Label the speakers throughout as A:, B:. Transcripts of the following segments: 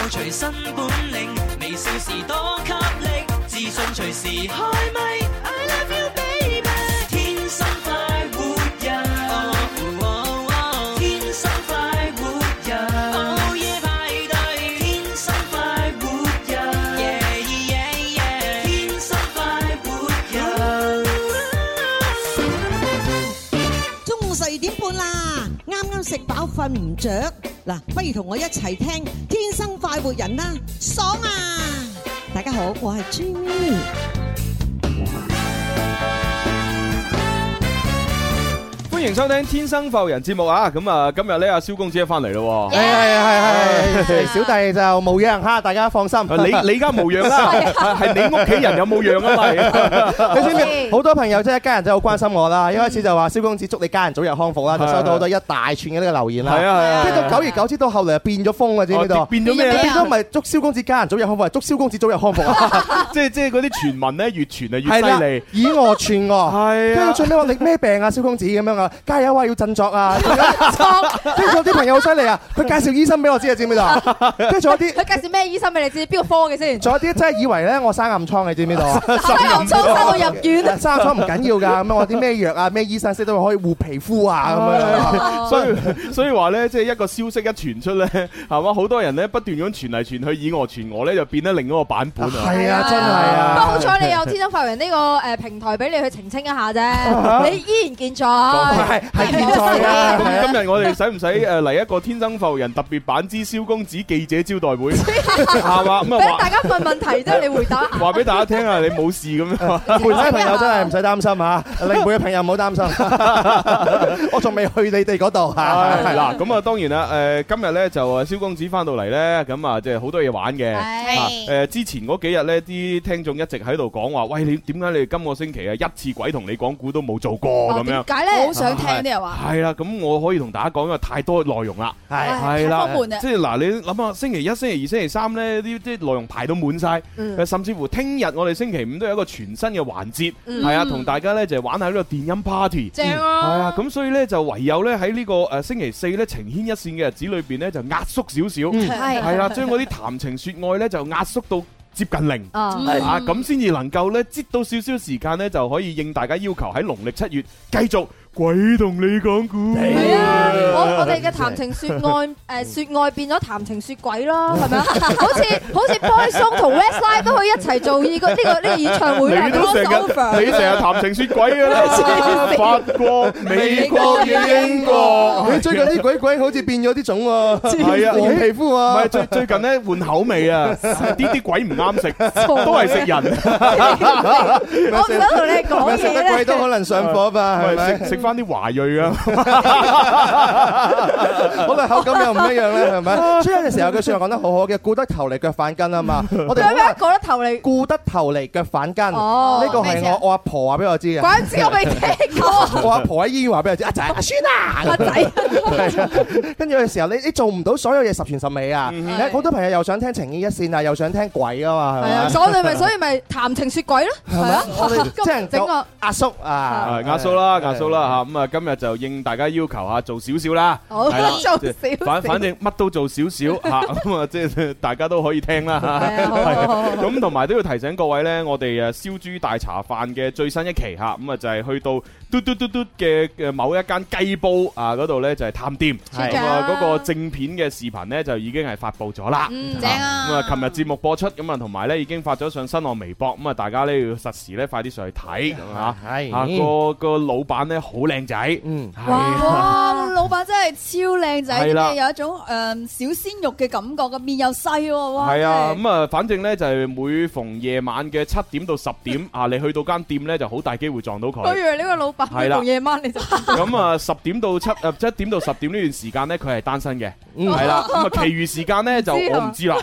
A: 本領，微笑時多給力，自信隨時開咪。I love you baby，天生快活人，Oh 天生快活人，Oh 午夜派對，天生快活人，yeah yeah yeah，天生快活人。
B: 中午十二點半啦，啱啱食飽瞓唔着，嗱，不如同我一齊聽《天生快活人》啦，爽啊！大家好，我係 Jenny。
C: 欢迎收听《天生浮人》節目啊！咁啊，今日呢，阿蕭公子都翻嚟咯喎。
D: 係，係，係，係，小弟就無恙嚇，大家放心。
C: 哦啊你你而家冇恙啦，
D: 啊
C: 係係你屋企人有冇恙啊？嘛，
D: 你知唔知，好多朋友即係一家人就好關心我啦，一開始就話，蕭公子，祝你家人早日康復啦，就
C: 係，啊
D: 收到好多一大串嘅呢個留言啦。
C: 係啊，係啊，
D: 跟住久而久之到後嚟就變咗風啊，知唔知道？
C: 哦變變咗咩咧？
D: 變咗唔係祝蕭公子家人早日康復，係祝蕭公子早日康復 啊。
C: 即係即係嗰啲傳聞咧，越傳啊越犀利。
D: 係啦，以訛傳訛。
C: 係啊。
D: 跟住最尾話，你咩病啊，蕭公子？咁樣啊，加油啊，要振作啊。跟住有啲朋友好犀利啊，佢介紹醫生俾我知啊，知唔知道？跟住有啲仲有啲真係以為咧我生暗瘡，你知唔知道啊？
E: 啊
D: 生暗瘡唔緊要 㗎，咁我啲咩藥啊、咩醫生識都可以護皮膚啊咁樣。
E: 哦
C: 所
D: 哦
C: 以 所以話咧，即係一個消息一傳出咧，係嘛？好多人咧不斷咁傳嚟傳去，以訛傳訛咧，就變得另一個版本啊！
D: 係啊，真係啊！
E: 呃
D: 係係健在 啊！係
C: 咁
D: 啊
C: 今日我哋使唔使誒嚟一個天生浮人特別版之蕭公子記者招待 會係嘛？咁啊話話俾大家聽啊，你冇事咁樣。
D: 梅西朋友真係唔使擔 心啊，另外嘅朋友唔好擔心， 我仲未去你哋嗰度
C: 係
D: 啊。
C: 嗱，咁啊當然啦，誒今日咧就啊蕭公子翻到嚟咧，咁啊即係好多嘢玩嘅。
E: 哦
C: 啊誒之前嗰幾日咧，啲聽眾一直喺度講話，喂你點解你哋今個星期啊一次鬼同你講股都冇做過哦咁樣？係啦，咁我可以同大家講，因為太多內容啦。
D: 係
C: 係啊啦
E: 太豐滿，啦
C: 即係嗱，你諗下星期一、星期二、星期三咧，啲啲內容排到滿晒，甚至乎聽日我哋星期五都有一個全新嘅環節，係啊，同大家咧就係玩下呢個電音 party。係啊，咁所以咧就唯有咧喺呢個誒星期四咧情牽一線嘅日子裏邊咧就壓縮少少，係
D: 啊
C: 啦，將嗰啲談情説愛咧就壓縮到接近零。
E: 哦
C: 啊，咁先至能夠咧，擠到少少時間咧，就可以應大家要求喺農曆七月繼續鬼同你講故事。
E: 係啊，我我哋嘅談情説愛，誒説愛變咗談情説鬼咯，係咪啊？好似好似 Boyzone 同 Westlife 都可以一齊做呢個呢個呢個演唱會啦
C: 你都成日，你成日談情説鬼 㗎啦，法國、美國嘅英國，
D: 你最近啲鬼鬼好似變咗啲種喎，
C: 係啊
D: 黃皮膚
C: 唔
D: 喎
C: 係。最最近咧換口 味啊，啲啲鬼唔啱食，都係食人，
E: 我唔想同你講
D: 食
E: 嘢
D: 得
E: 啊
D: 貴。
E: 咧
D: 都可能上火吧，
C: 咪
D: 係咪
C: 食？ 食翻啲華裔啊，
D: 可能口感又唔一樣咧， 係咪？所以有陣時候有句説話講得好好嘅，顧得頭嚟腳反筋啊嘛。我哋
E: 有
D: 好
E: 咩
D: 難
E: 覺得頭嚟？
D: 顧得頭嚟腳反筋，呢
E: 哦
D: 個
E: 咩意思
D: 係
E: 啊
D: 我我阿婆話俾我知嘅。
E: 鬼知我未聽過，
D: 我阿婆喺醫院話俾我知，阿仔阿孫 啊，
E: 阿仔
D: 係啊跟住有陣時候你你做唔到所有嘢十全十美啊！
E: 嗯
D: 好多朋友又想聽情意一線啊，又想聽鬼啊嘛，係
E: 係啊，
D: 咪？
E: 所以咪所以咪談情説鬼咯，係啊，
D: 我哋即係
E: 咁整個
D: 有阿叔啊
C: 啊，壓縮啦，壓縮
D: 係
C: 啦嚇，咁啊今日就應大家要求嚇做少少啦，
E: 好
C: 係啦
E: 做
C: 即係
E: 少少
C: 反反正乜都做 少少嚇，咁啊即係大家都可以聽啦嚇。
E: 係啊，好好好好好。
C: 咁同埋都要提醒各位呢，我哋誒燒豬大茶飯嘅最新一期嚇，咁啊就係去到嘟嘟嘟嘟嘅嘅某一間雞煲啊嗰度呢，就係探店，
E: 係
C: 咁啊嗰個正片嘅視頻呢，就已經係發布咗啦。
E: 嗯
C: 咁啊，琴日節目播出，咁啊同埋呢已經發咗上新浪微博，咁啊大家呢要實時呢快啲上去睇咁啊。
D: 係
C: 啊個個老闆呢，好靚仔，
D: 嗯
C: 係啊
F: 哇！老闆真係超靚仔，
C: 係
F: 跟
C: 啦
F: 住有一種誒小鮮肉嘅感覺，個面又細喎，哇！
C: 係啊，
F: 真係
C: 咁啊，反正呢，就係每逢夜晚嘅七點到十點啊，你去到間店呢，就好大機會撞到佢。
F: 我以為呢個老
C: 係
F: 闆
C: 啦
F: 同夜晚你就
C: 咁啊，十點到七誒一點到十點呢段時間咧，佢係單身嘅，
D: 嗯
C: 係啦。咁啊，其餘時間咧就
E: 唔知啊
C: 我唔知啦。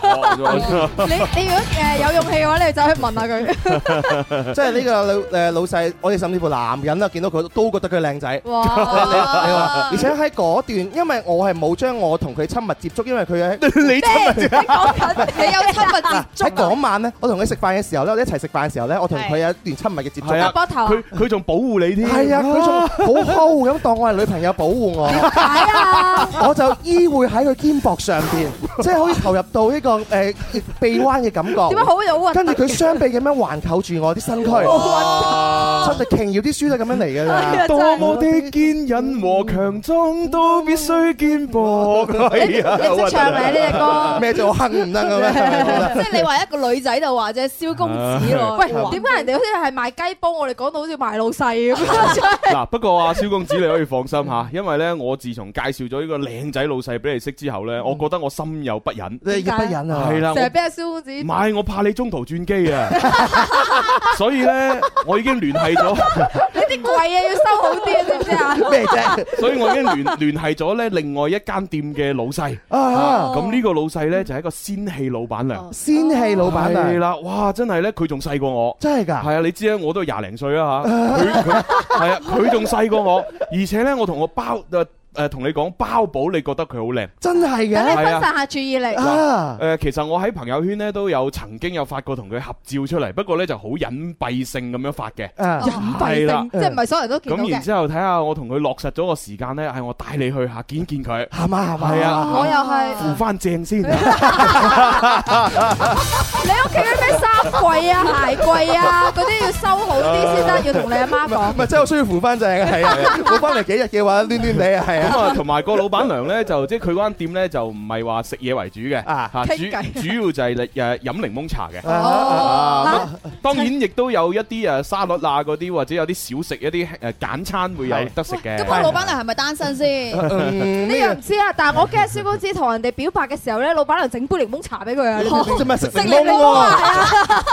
C: 我
E: 你你如果誒有勇氣嘅話，你就去問下佢。
D: 即係呢個老誒老細，我哋甚至乎男人啊，見到佢都覺得佢靚仔。你話
F: 哇
D: 而且喺嗰段，因為我係冇將我同佢親密接觸，因為佢喺
C: 你 真係
F: 你有親
E: 啊
F: 密接
D: 喺嗰晚咧，我同佢食飯嘅時候咧，我哋一齊食飯嘅時候咧，我同佢有一段親密嘅接觸。啊
C: 係啊
E: 搭膊頭啊
C: 佢佢仲保護你添。啊
D: 係啊，佢仲好好咁當我係女朋友保護我，
E: 係啊，
D: 我就依會喺喺佢肩膊上 邊，即係可以投入到呢個誒臂彎嘅感覺。
E: 點解好有核突
D: 跟
E: 嘅
D: 住佢雙臂咁樣環扣住我啲身軀，
E: 哇
D: 真係瓊瑤啲書都係咁樣 嚟
E: 係
D: 㗎
E: 啊
D: 啦。
C: 多麼的堅忍和強壯都必須肩膊。係啊
E: 你識唱咪呢隻歌
D: 咩就哼唔得嘅 咩？
F: 即係你話一個女仔就話啫，蕭公子喎。
E: 喂，點解人哋好似係賣雞煲，我哋講到好似賣老細咁？
C: 嗱，不過啊，蕭公子你可以放心吓， 因為咧，我自從介紹咗呢個靚仔老細俾你識之後咧，我覺得我心有不忍。
D: 你不忍嗯啊！
C: 係啦，
E: 成日
C: 我
E: 俾阿蕭公子
C: 唔係我怕你中途轉機啊， 所以咧，我已經聯繫咗，
E: 你啲櫃啊要收好啲，知唔知啊？
D: 咩啫？
C: 所以我已經聯聯繫咗咧另外一間店嘅老細。
E: 哦
D: 啊，
C: 咁呢個老細咧就係一個仙氣老闆娘。
D: 仙氣老闆
C: 係
D: 啊，
C: 啦，哇，真係咧，佢仲細過我。
D: 真係㗎
C: 係。啊，你知啦，我都廿零歲啊嚇，佢佢係啊，佢仲細過我，而且咧，我同我包誒誒同你講包保，你覺得佢好靚。
E: 啊
D: 真係
E: 等你
D: 嘅
E: 分散下注意力。
D: 啊！
C: 誒，其實我喺朋友圈咧都有曾經有發過同佢合照出嚟，不過咧就好隱蔽性咁樣發嘅。
D: 啊
E: 隱蔽
C: 係啦
E: 性，即係唔係所有人都見到
C: 咁然
E: 嘅。
C: 之後睇下我同佢落實咗個時間 咧，係我帶你去下見一見佢，
D: 係嘛係嘛，
C: 係啊
E: 我又係
C: 扶，翻正先。
E: 你屋企嗰啲咩衫櫃啊、鞋櫃啊，嗰啲要收好啲先得，要同你阿媽講
D: 唔。係真係好需要扶翻正嘅，係啊，冇翻嚟幾日嘅話，攣攣地啊，係
C: 咁
D: 啊，
C: 啊，同埋個老闆娘咧，就即係佢嗰間店咧，就唔係話食嘢為主嘅，
D: 啊
C: 嚇主
E: 傾偈
C: 主要就係誒飲檸檬茶嘅。
E: 哦，
C: 當然亦都有一啲誒沙律啊嗰啲，或者有啲小食一啲誒簡餐會有得食嘅。
F: 咁個老闆娘係咪 單身先？
D: 嗯
E: 呢樣唔知啊，但係我驚蕭公子同人哋表白嘅時候咧，老闆娘整杯檸檬茶俾佢啊。你 知唔知
D: 做咩食
E: 食
D: 檸
E: 檸檬
D: 檬
E: 啊，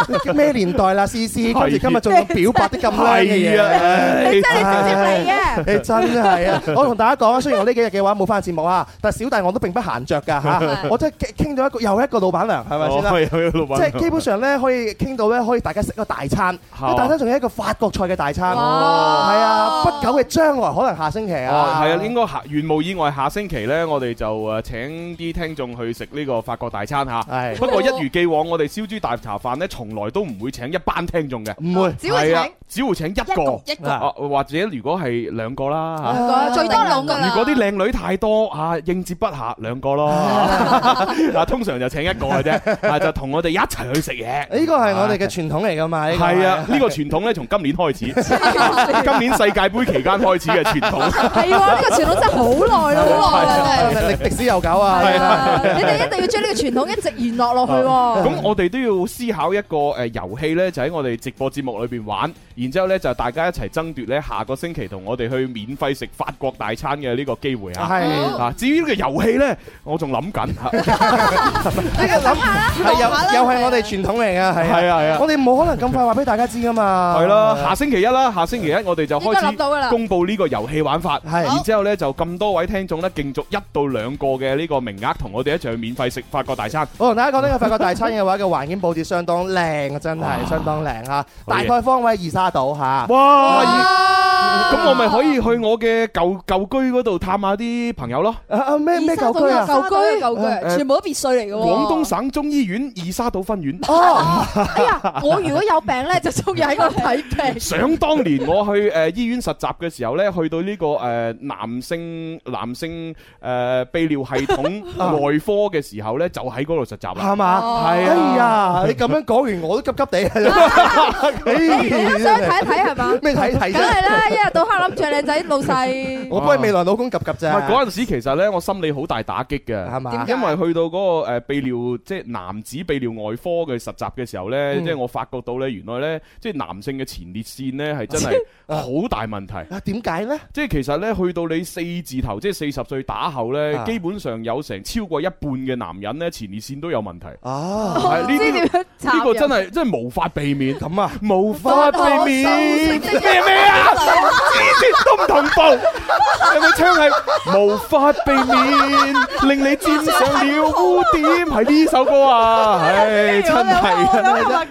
D: 喎？ 咩年代啦？C C，今時今日仲要表白啲咁靚嘅
C: 啊係
D: 嘢。
C: 啊，
E: 你真係
C: 唉
E: 直接嚟嘅。
D: 你真係啊！我同大家講啊，雖然我呢幾日嘅話冇翻節目啊，但係小弟我都並不閒着㗎嚇，我真係傾到一個又一個老闆娘，係咪先啦？
C: 哦係啊老闆
D: 即
C: 娘
D: 係基本上咧，可以傾到咧，可以大家食一個大餐，
C: 嚇
D: 大餐仲係一個法國菜嘅大餐，係
F: 哇
D: 啊！不久嘅將來，可能下星期
C: 哦，
D: 啊，
C: 係啊，應該下原無意外，下星期呢，我哋就誒請啲聽眾去食呢個法國大餐嚇。
D: 係
C: 不過一如既往，我哋燒豬大茶飯呢，從來都唔會請一班聽眾嘅，
D: 唔會
F: 只會
C: 係啊
F: 請
C: 只會請一個，
F: 一個一個
C: 啊或者如果係兩個啦嚇。
E: 個最多兩個
F: 啦
C: 如果啲靚女太多啊，應接不暇兩個咯。啊，通常就請一個嘅啫，啊就同我哋一齊去食嘢。
D: 呢個係我哋嘅傳統嚟㗎嘛，呢個
C: 係啊，呢個傳統呢，從今年開始， 今年世界盃期間開始嘅傳
D: 哦
C: 統。
E: 係喎，呢個傳統真係好耐咯，
F: 好耐啦真係
D: 歷歷史悠久啊！
E: 係啊！你哋一定要將呢個傳統一直延落落去喎。
C: 咁我哋都要思考一個誒遊戲呢，就喺我哋直播節目裏邊玩，然之後呢，就大家一齊爭奪呢下個星期同我哋去免費食法國大餐嘅呢個機會啊！
D: 係
C: 啊，至於呢個遊戲呢，我仲諗緊啊嚇，
D: 呢個諗係
F: 望下啦
D: 又又係我哋傳統嚟㗎，係
C: 係啊係啊
D: 我哋冇可能咁快話俾大家知㗎嘛，
C: 係啦，下星期一啦，下星期一我哋就
E: 應該啊諗到
C: 開
E: 㗎
C: 始
E: 啦
C: 公佈呢個遊戲玩法，
D: 係
C: 然之後呢，就咁多位聽眾呢，競逐一到兩個嘅呢個名額，同我哋一齊去免費食法國大餐。
D: 我同大家講呢個法國大餐嘅話嘅環境佈置相當靚，真係相當靚嚇，大概方位二沙島嚇。
C: 哇！咁我咪可以去我嘅舊舊居嗰度探下啲朋友咯。
D: 啊啊咩咩舊居啊？
E: 舊居
F: 舊居，全部都別墅嚟嘅喎。
C: 廣東省中醫院二沙島分院。
D: 哦，
E: 哎呀，我如果有病咧，就中意喺嗰度睇 病。
C: 想當年我去誒、呃、醫院實習嘅時候咧，去到呢、個誒、呃男性男性誒、呃泌尿系 統
E: 啊
C: 內科嘅時候咧，就喺嗰度實習啦。
D: 係嘛？
C: 係啊
D: 哎呀，你咁樣講完我都急 急地。你
E: 你都想睇一睇係嘛？
D: 咩睇睇
E: 梗
D: 啫？
E: 係啦，一日到黑諗住靚仔老細。
D: 我幫你未來老公及及
C: 唔
D: 啫。
E: 啊
C: 係嗰陣時，其實咧我心理好大打擊嘅，
D: 係嘛點解
C: 因為去到嗰個誒泌尿即係男子泌尿外科嘅實習嘅時候咧，即係我發覺到咧，原來咧即係男性嘅前列腺咧係真 係好大問題。
D: 啊點解咧？
C: 即係其實咧，去到你四字頭，即係四十歲打後咧，
D: 啊
C: 基本上有成超過一半嘅男人咧，前列腺都有問題。
D: 啊，
C: 係呢
E: 唔知點
C: 啲
E: 樣插
C: 呢個真
E: 係
C: 係真係無法避 免，
D: 咁啊，
C: 無法避免
E: 我手
C: 咩咩啊？都唔同步，有個槍係無法避免，令你沾上了污點，係呢首歌啊！唉，真係啊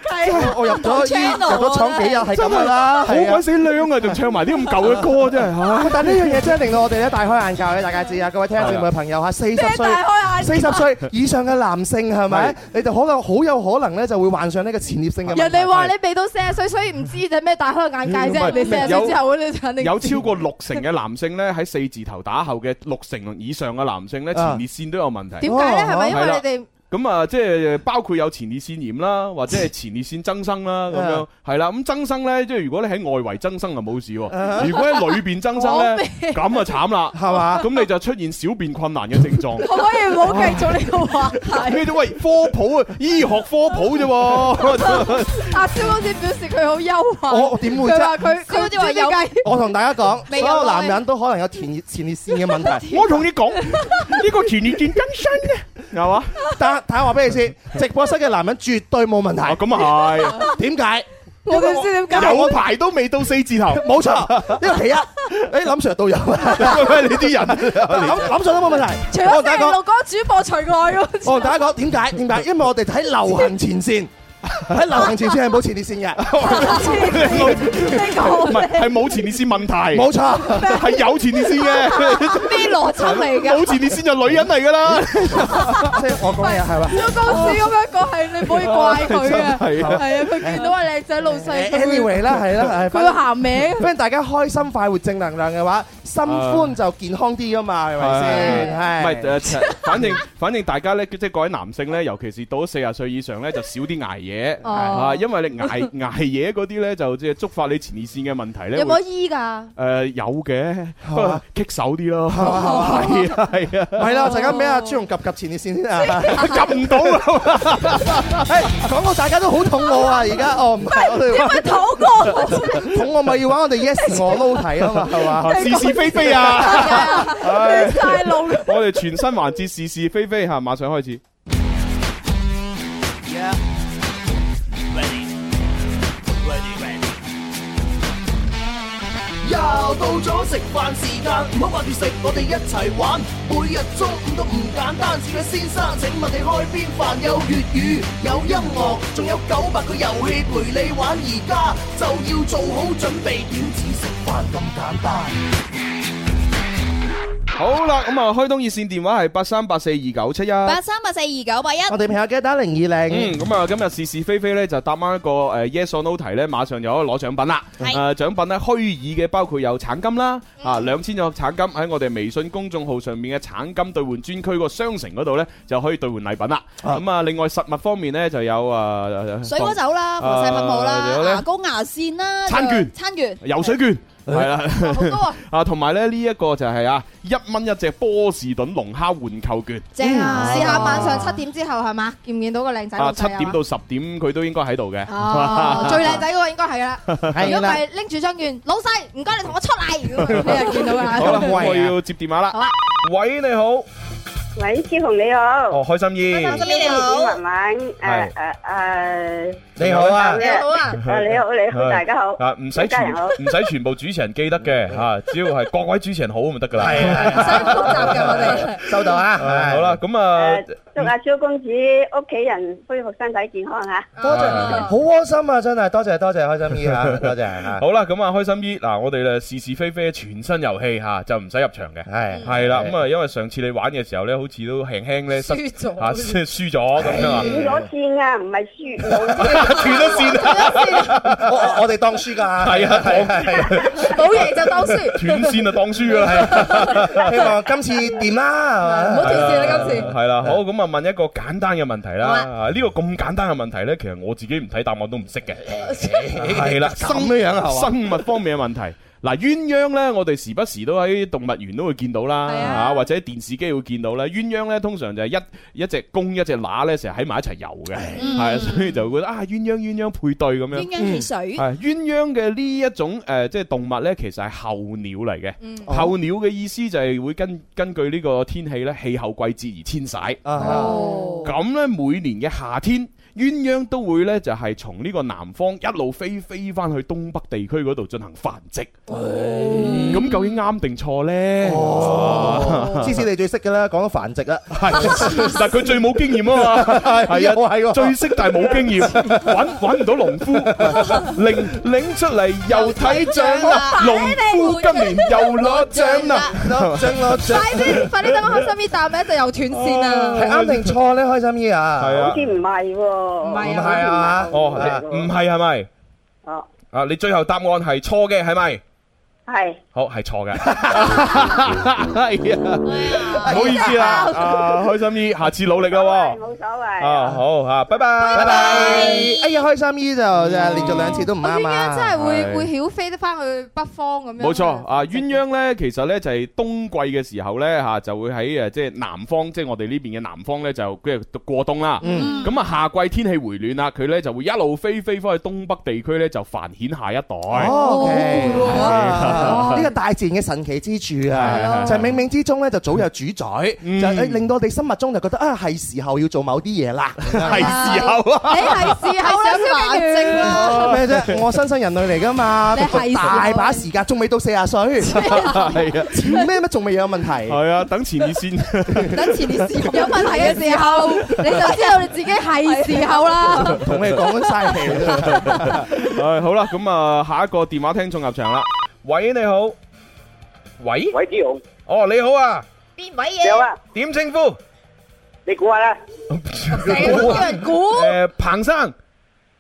D: 我入咗醫入咗廠幾日係
C: 真
D: 咁噶
C: 係
D: 啦，
C: 好
D: 係啊
C: 鬼。死靚啊！仲唱埋啲咁舊嘅歌，真係嚇。
D: 但呢樣嘢真係令到我哋咧大開眼界咧，大家知啊！各位聽節目嘅朋友嚇，四十歲。
E: 大開眼
D: 四十歲以上嘅男性係咪
C: 係？
D: 你就可能好有可能咧就會患上呢個前列腺嘅問
C: 嗯
D: 題。
E: 人哋話你未到四十歲，所以唔知就咩大開眼界啫。你四十歲之後嗰啲肯定
C: 有超過六六成嘅男性咧喺四字頭打後嘅六成以上嘅男性咧
D: 啊
C: 前列腺都有問題。
E: 點解咧？係咪因
C: 哦係啦
E: 為你哋？
C: 咁啊，即係包括有前列腺炎 啦，或者係前列腺增生啦，
E: 啊
C: 咁樣係啦。咁增生咧，即係如果你喺外圍增生就冇事
E: 啊
C: 喎，如果喺裏邊增 生咧，咁啊慘啦，係 嘛？咁你就出現小便困難嘅症狀。
E: 可唔可以唔好繼續呢個話題？
C: 咩啫？喂，科普啊，醫學科普啫喎。
E: 阿蕭公子表示佢好憂患，
D: 我我點會啫
E: 佢話佢佢好似話有
D: 我同大家講，所
E: 未有
D: 有
E: 耐
D: 男人都可能有前列前列腺嘅 問題。
C: 我同你講，呢個前列腺增生嘅，係嘛？
D: 但但係話俾你知，直播室嘅男人絕對冇問
C: 啊，
D: 題。
C: 咁啊係。
D: 點解？
E: 我哋知點解。
C: 有啊排都未到四字頭，
D: 冇錯，因為 其一，誒林 Sir 導 遊，
C: 喂喂，你啲人
D: 林林 Sir 都冇問題。
E: 除
D: 我同
E: 咗星
D: 大
E: 期
D: 家講
E: 六，嗰個主播除外 咯。
D: 我同哦大家講點解？點解？因為我哋睇流行前線，喺流行前線係冇前列腺 嘅，
C: 唔係係冇前列腺問題，
D: 冇錯。
C: 係有前列腺嘅，
E: 咩邏輯嚟㗎？
C: 冇前列腺就女人嚟㗎啦，
D: 即係我講嘢係嘛？
E: 蕭公子咁樣講係你唔可以怪 佢啊。
C: 係啊。
E: 係啊，佢見到個靚仔老細，佢會
D: anyway 啦，係啦， 係。
E: 佢會行名。
D: friend 大家開心快活正能量嘅話，心寬就健康啲啊嘛，係咪先？
C: 唔
D: 係
C: 係誒，反正反正大家咧，即係各位男性咧，尤其是到咗四十歲以上咧，就少啲捱夜
E: 哦
C: 啊，因為你捱 捱夜嗰啲咧，就即係觸發你前列腺嘅問題咧。
E: 有冇
C: 會
E: 醫㗎？
C: 誒有嘅，不過棘手啲咯，係啊係啊，
D: 係 啦，陣間俾阿朱紅及及前列腺先 啊！
C: 撳唔到 啊！
D: 係講到大家都好肚餓啊！而家哦，唔係我哋話
E: 佢肚過，
D: 肚餓咪要玩我哋 yes 我撈睇啊嘛，係嘛？
C: 是是非非啊！ 唉
E: 佢晒路。
C: 我哋全新環節是是非非嚇，馬上開始。
G: 又到咗食飯時間，唔好掛住食，我哋一齊玩。每日中午都唔簡單，小嘅先生，請問你開邊飯？有粵語，有音樂，仲有九百個遊戲陪你玩。而家就要做好準備，點止食飯咁簡單？
C: 好啦，咁啊，開通熱線電話係八三八四二九七一。
F: 八三八四二九八一，
D: 我哋朋友記得打零二
C: 嗯，
D: 零。
C: 咁啊，今日是是非非咧就答翻一個誒 yes or no 題咧，馬上就可以攞獎品啦。
F: 係
C: 誒獎品咧虛擬嘅包括有橙金啦，
E: 嗯
C: 啊兩千個橙金喺我哋微信公眾號上面嘅橙金兌換專區個商城嗰度咧就可以兌換禮品啦。
D: 啊
C: 咁啊，另外實物方面咧就有呃誒
F: 水果酒啦，防曬噴霧
C: 啊仲有
E: À,
F: 啦，
C: 咧
F: 牙膏牙線啦，
C: 餐券
F: 餐券，
C: 游水券係啦。
E: Dạ,
F: 好多啊，
C: 啊，同埋咧呢一個就係啊一蚊一隻波士頓龍蝦換購券
E: 正啊！
F: 嗯
E: 試下晚上七點之後係嘛？見唔見到個靚仔老
C: 啊，七
E: 細啊
C: 點到十點佢都應該喺度嘅。
E: 哦，最靚仔嗰個應該係啦。 如果
D: 係
E: 唔
D: 啦，
E: 係拎住張券，老細唔該你同我出嚟，咁樣你就見到㗎
C: 好
E: 啦。
C: 啦，咁我要接電話啦
E: 好啊。
C: 喂，你好，
H: 喂，朱紅你好，
C: 哦，開心姨，
E: 開心姨你好
H: 文文，
C: 係
H: 誒誒誒，
D: 你好
H: à,
D: 啊！
E: 你好啊！
H: 啊你好你好
C: 係
H: 大家好，
C: 啊，唔使
H: 一家
C: 全
H: 人好
C: 唔使全部主持人記得嘅嚇，只要係各位主持人好咁就得噶啦。
D: 係啊，
E: 想複雜嘅 我
D: 收到啊！
C: 啊好啦，，咁啊
H: 誒，祝阿蕭公子屋企人恢復身體健康吓，
D: 多謝，好安心啊！真係多謝多謝 開心姨嚇，多謝嚇。
C: 好啦，咁啊，開心姨嗱，我哋咧是是非非全新遊戲嚇，就唔使入場嘅。
D: 係
C: 係啦，咁啊，因為上次你玩嘅時候咧，好似都輕輕咧失
E: 輸咗
C: 嚇，輸咗咁樣啊，
H: 斷咗線啊，唔係輸，冇
C: 斷咗線啊！
D: 我我我哋當輸㗎，
C: 係啊
D: 係啊係啊
E: 哋冇嘢就當輸，
C: 斷線就當輸㗎啦。
D: 希望今次掂啦，係
E: 唔
D: 嘛
E: 好斷線啦今次。
C: 係啦，好咁啊，問一個簡單嘅問題啦。
E: 好啊
C: 啊呢個咁簡單嘅問題咧，其實我自己唔睇答案都唔識嘅。係啦，
D: 咁樣樣啊係嘛
C: 生物方面嘅問題。嗱，鴛鴦咧，我哋時不時都喺動物園都會見到啦，
E: 係啊
C: 啊或者電視機會見到啦。鴛鴦咧，通常就係一一隻公一隻乸咧，成日喺埋一齊遊嘅，係啊，所以就會覺得啊，鴛鴦鴛鴦配對咁樣
F: 鴛。鴦汽水，
C: 係啊鴛鴦嘅呢一種誒、呃即係動物咧，其實係候鳥嚟嘅。候鳥嘅意思就係會根根據呢個天氣咧、氣候季節而遷徙。
D: 啊
F: 哦，
C: 咁咧，每年嘅夏天，鴛鴦都會咧就係從呢個南方一路飛飛翻去東北地區嗰度進行繁殖。咁究竟啱定錯咧？
D: 哈！芝士你最識㗎啦，講到繁殖啊啦，
C: 係， 但係佢最冇經驗啊嘛， 係
D: 又係
C: 啊，
D: 喎
C: 最識但係冇經驗，揾揾唔到農夫，領領出嚟又睇獎 啦，農夫今年又 攞獎啦，
D: 攞獎攞獎，
E: 快啲快啲等我開心啲啖咧，就又斷
D: 係
E: 線啦。
D: 啱定錯咧？開心姨啊，
C: 係啊
H: 好似，唔係喎，唔
D: 唔
E: 係
D: 係啊？
H: Ờ,
C: ừ. 哦，唔係係咪？
H: 哦，
C: 啊，你最後答案係錯嘅係咪？
H: 係。
C: 好係錯嘅，係啊，唔好意思啦，啊開心姨，下次努力啦喎，
H: 冇所謂。
C: 啊好啊，拜拜，
D: 拜拜。哎呀，開心姨就誒連續兩次都唔啱啊！
E: 真係會
C: 係
E: 會曉飛得翻去北方咁樣。
C: 冇錯啊！鸳鸯呢，其實呢就係冬季嘅時候呢，嚇，就會喺誒呃即係南方，即係我哋呢邊嘅南方呢，就即係過冬啦。
D: 嗯
C: 咁啊，夏季天氣回暖啦，佢呢就會一路飛飛翻去東北地區呢，就繁衍下一代。
D: 哦
C: 係啊
D: 呢個大自然嘅神奇之處
C: 係
D: 啊，
C: 啊
D: 就係冥冥之中咧就早有主宰，
C: 嗯
D: 就誒令到我哋心目中就覺得啊係時候要做某啲嘢啦。
C: 係時候啊！
E: 你係時候啦，蕭敬元
D: 咩啫？我新生人類嚟噶嘛，
E: 你
D: 讀
E: 係
D: 咗大把時間，仲未到四十 歲，
C: 係啊，
D: 咩乜仲未有問題？
C: 係啊，等前列腺
F: 等前列腺有
E: 有問題嘅時 候，你就知道你自己係時候啦。
D: 同你講嘥氣啦。
C: 唉，好啦，咁啊，下一個電話聽眾入場啦。喂，你好，喂，
I: 喂，子雄，
C: 哦，你好啊，
I: 你好啊，
C: 點稱呼？
I: 你估下啦，
C: 誒，彭生。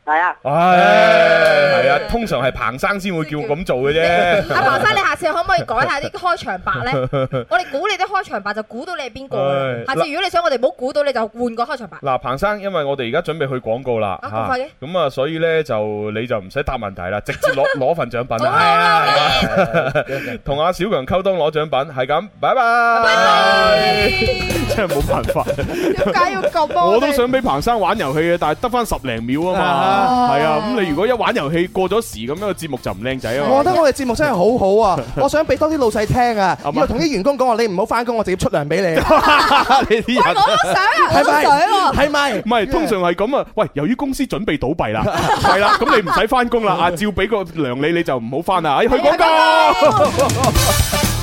I: 系啊，
C: 唉，系啊，通常係彭生先會叫咁做嘅啫。
J: 阿彭生，你下次可唔可以改下啲開場白 咧？我哋估你啲開場白就估到你係邊個啦。下
C: 唉
J: 次如果你想我哋唔好估到，你就換個開場白。
C: 嗱，彭生，因為我哋而家準備去廣告啦，
J: 啊咁
C: 嚇
J: 快嘅
C: 咁啊，所以呢，就你就唔使答問題啦，直接攞攞份獎品啦，係啊係啊， 同阿小強溝通攞獎品，係咁，拜拜。 真係冇辦法，
E: 點解要咁啊？
C: 我都想俾彭生玩遊戲嘅，但係得翻十零秒啊嘛，係啊，咁你如果一玩遊戲過咗時咁樣，個節目就唔靚仔啊
D: 我
C: 嘛。
D: 覺得我哋節目真係好好啊！我想俾多啲老細聽啊，
C: 係嘛
D: 以後同啲員工講話，你唔好翻工，我直接出糧俾你，
C: 你啲人。
E: 啊
D: 係咪？係 咪？
C: 唔係，通常係咁啊！喂，由於公司準備倒閉 啦，係啦，咁你唔使翻 工啦，啊，照俾個糧你，你就唔好翻啦，哎去 廣告。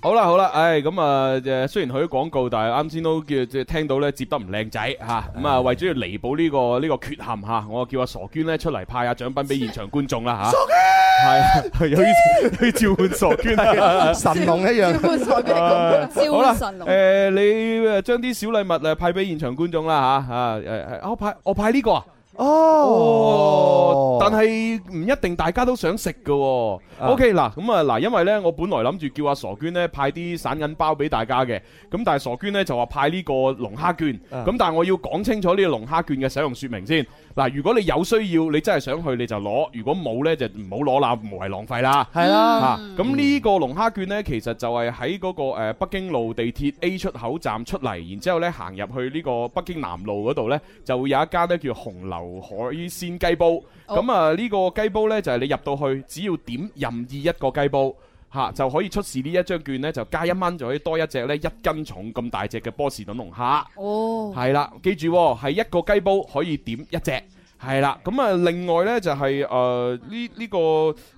C: 好啦好啦，唉咁啊誒，雖然去咗廣告，但係啱先都叫即係聽到咧接得唔靚仔嚇，咁啊為咗要彌補呢個呢個缺陷嚇，我叫阿傻娟咧出嚟派下獎品俾現場觀眾啦嚇。傻娟係啊有 要有要召喚傻娟啊！
D: 神龍一樣。
E: 啊
C: 好啦，
F: 招神龍
C: 誒你誒將啲小禮物誒派俾現場觀眾啦嚇啊誒誒，啊我派我派呢個啊，
D: 哦
C: 但係唔一定大家都想食嘅喎。OK 嗱咁啊嗱，因為咧我本來諗住叫阿傻娟咧派啲散銀包俾大家嘅，咁但係傻娟咧就話派呢個龍蝦券，
D: 啊
C: 咁但係我要講清楚呢個龍蝦券嘅使用説明先。嗱，如果你有需要，你真係想去你就攞，如果冇咧就唔好攞啦，無謂浪費啦。
D: 係啦，
C: 啊，咁呢個龍蝦券呢，其實就係喺嗰個誒北京路地鐵 A 出口站出嚟，然之後呢行入去呢個北京南路嗰度呢，就會有一間呢叫紅樓海鮮雞煲。咁啊，呢個雞煲呢，就係你入到去，只要點任意一個雞煲。嚇就可以出示呢一張券呢，就加一蚊就可以多一隻呢一斤重咁大隻嘅波士頓龍蝦。
E: 哦，
C: 係啦，記住喎係一個雞煲可以點一隻。係啦，咁啊，另外呢，就係誒呢呢個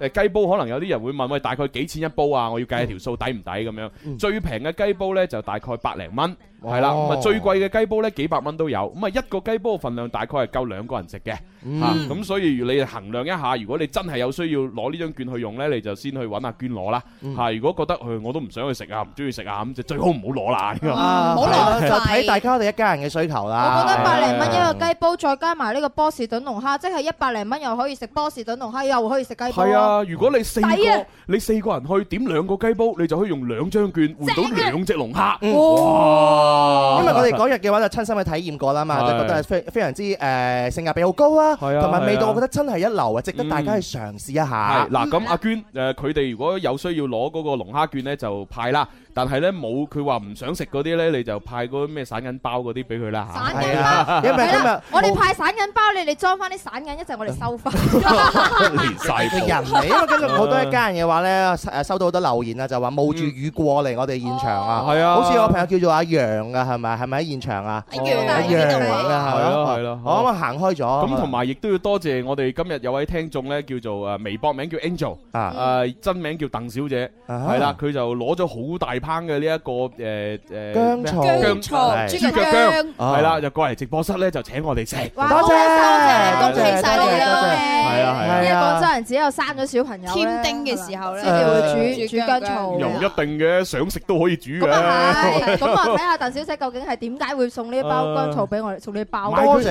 C: 誒雞煲，可能有啲人會問喂，大概幾錢一煲啊？我要計下條數抵唔抵咁樣。最平嘅雞煲呢，就大概百零蚊，係啦。咁啊，最貴嘅雞煲呢，幾百蚊都有。咁啊，一個雞煲嘅份量大概係夠兩個人食嘅
D: 嗯
C: 嚇。咁所以你衡量一下，如果你真係有需要攞呢張券去用呢，你就先去揾阿娟攞啦嚇。如果覺得誒我都唔想去食啊，唔中意食啊，咁就最好唔好攞啦。呢個
D: 啊，
F: 唔好浪費
D: 就睇大家我哋一家人嘅需求啦。啊
E: 我覺得百零蚊一個雞煲，再加埋呢個波士頓龍蝦，即係一百零蚊又可以食波士頓龍蝦，又可以食雞煲。
C: 係，啊，如果你四個
E: 抵啊
C: 你四個人去點兩個雞煲，你就可以用兩張券換到兩隻龍蝦。哇！
D: 因為我哋嗰日嘅話就親身去體驗過啦嘛，就
C: 係
D: 覺得係非非常之誒性價比好高啊，
C: 係啊
D: 同埋味道
C: 係啊
D: 我覺得真係一流啊，值得大家去嘗試一下
C: 係。嗱，咁阿娟誒，佢哋如果有需要攞嗰個龍蝦券呢，就派啦。但係呢，冇佢話唔想食嗰啲呢，你就派嗰啲咩散銀包嗰啲俾佢啦嚇。
E: 散
D: 係
E: 銀包。
D: 啊，因為今
E: 係
D: 日
E: 啦，我哋派散銀包，你哋裝翻啲散銀，一陣我哋收翻。
C: 連晒
D: 嘅
C: 譜
D: 人嚟，因為今日好多一家人嘅話咧，誒收到好多留言啊，就話冒住
C: 嗯
D: 雨過嚟我哋現場啊，
C: 係啊
D: 好似我朋友叫做阿楊啊，係咪係咪喺現場啊？
J: 一樣
D: 阿
J: 但係
D: 楊
J: 邊
D: 啊，
J: 度嚟？
D: 係
C: 係
D: 咯
C: 啊係咯
D: 我啱啱行開咗。
C: 咁同埋亦都要多謝我哋今日有位聽眾呢，叫做誒微博名叫 Angel，
D: 啊
C: 誒真名叫鄧小姐，
D: 啊
C: 係啦，佢就攞咗好大烹嘅呢一個誒誒
D: 姜
C: 咩啊
D: 醋啊
C: 姜
D: 姜
C: 係
D: 醋
C: 豬腳
D: 姜
C: 姜係啦，就過嚟直播室咧就請我哋食。
E: 哇
D: 多謝
E: 好開心
D: 多
E: 啊恭
D: 謝
E: 喜晒你
D: 多謝
E: 啦！
C: 係啊
E: 因
C: 係
E: 為
C: 啊
E: 廣州人自己有生咗小朋友
F: 添
E: 丁嘅時候
F: 咧
E: 先至會
F: 誒
E: 煮煮姜醋。啊
C: 又唔一定嘅，想食都可以煮嘅。
E: 係咁啊，睇下鄧小姐究竟係點解會送呢一包姜醋俾我哋，送呢一
D: 啊
E: 包
C: 買佢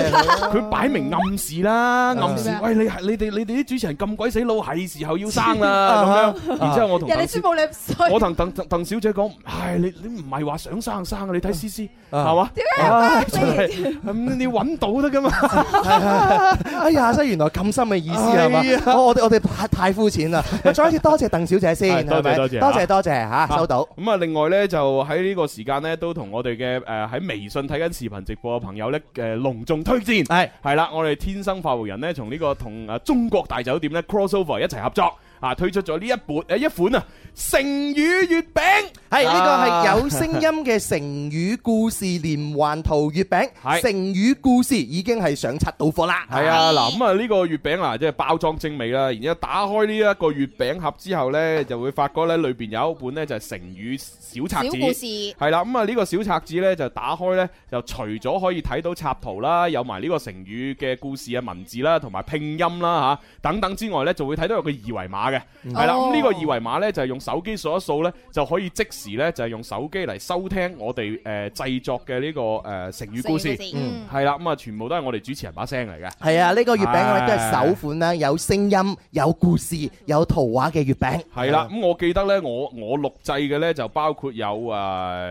C: 佢擺明暗示啦，暗示喂你係你哋你哋啲主持人咁鬼死老，係時候要生 啦咁樣。然之後我同
E: 人
C: 鄧小
E: 哋宣布你衰，
C: 我同鄧鄧鄧小姐講，唉，你你唔係話想生生啊？你睇思思係嘛？
E: 點
D: 解有
C: 唉
D: 關
C: 真係咁啊你要揾到得噶嘛？
D: 哎呀，真係原來咁深嘅意思係嘛
C: 係啊？
D: 我我哋我哋太太膚淺 啦。再一次多謝鄧小姐
C: 係
D: 先，
C: 多謝
D: 係咪
C: 多謝
D: 多謝
C: 啊
D: 多謝嚇，收到。
C: 咁啊，另外咧就喺呢個時間咧，都同我哋嘅誒喺微信睇緊視頻直播嘅朋友咧，誒隆重推薦
D: 係
C: 係啦，我哋天生發福人咧，從呢個同誒中國大酒店咧 crossover 一齊合作啊，推出咗呢一本誒一款啊成語月餅，
D: 係呢個
C: 啊
D: 係有聲音嘅成語故事連環圖月餅
C: 係，
D: 成語故事已經係上冊到貨啦。
C: 係啊，嗱咁啊呢個月餅嗱，即係包裝精美啦。然之後打開呢一個月餅盒之後呢，就會發覺呢裏邊有一本呢就係成語小冊子。
K: 小故事
C: 係啦，咁啊呢個小冊子呢，就打開呢，就除咗可以睇到插圖啦，有埋呢個成語嘅故事啊嘅文字啦，同埋拼音啦吓等等之外呢，就會睇到有個二維碼嘅。
D: 嗯
C: 係啦，
K: 哦
C: 咁呢個二維碼呢，就係用手機掃一掃呢，就可以即時呢，就係用手機嚟收聽我哋誒製作嘅呢個誒成語故
D: 成
C: 事
D: 語故事。嗯
C: 係啦，咁啊全部都係我哋主持人把聲嚟嘅。
D: 係啊，呢個月餅我哋都係首
C: 唉。
D: 款啦，有聲音、有故事、有圖畫嘅月餅。
C: 係啦，咁我記得咧，我我錄製嘅咧就包括有誒誒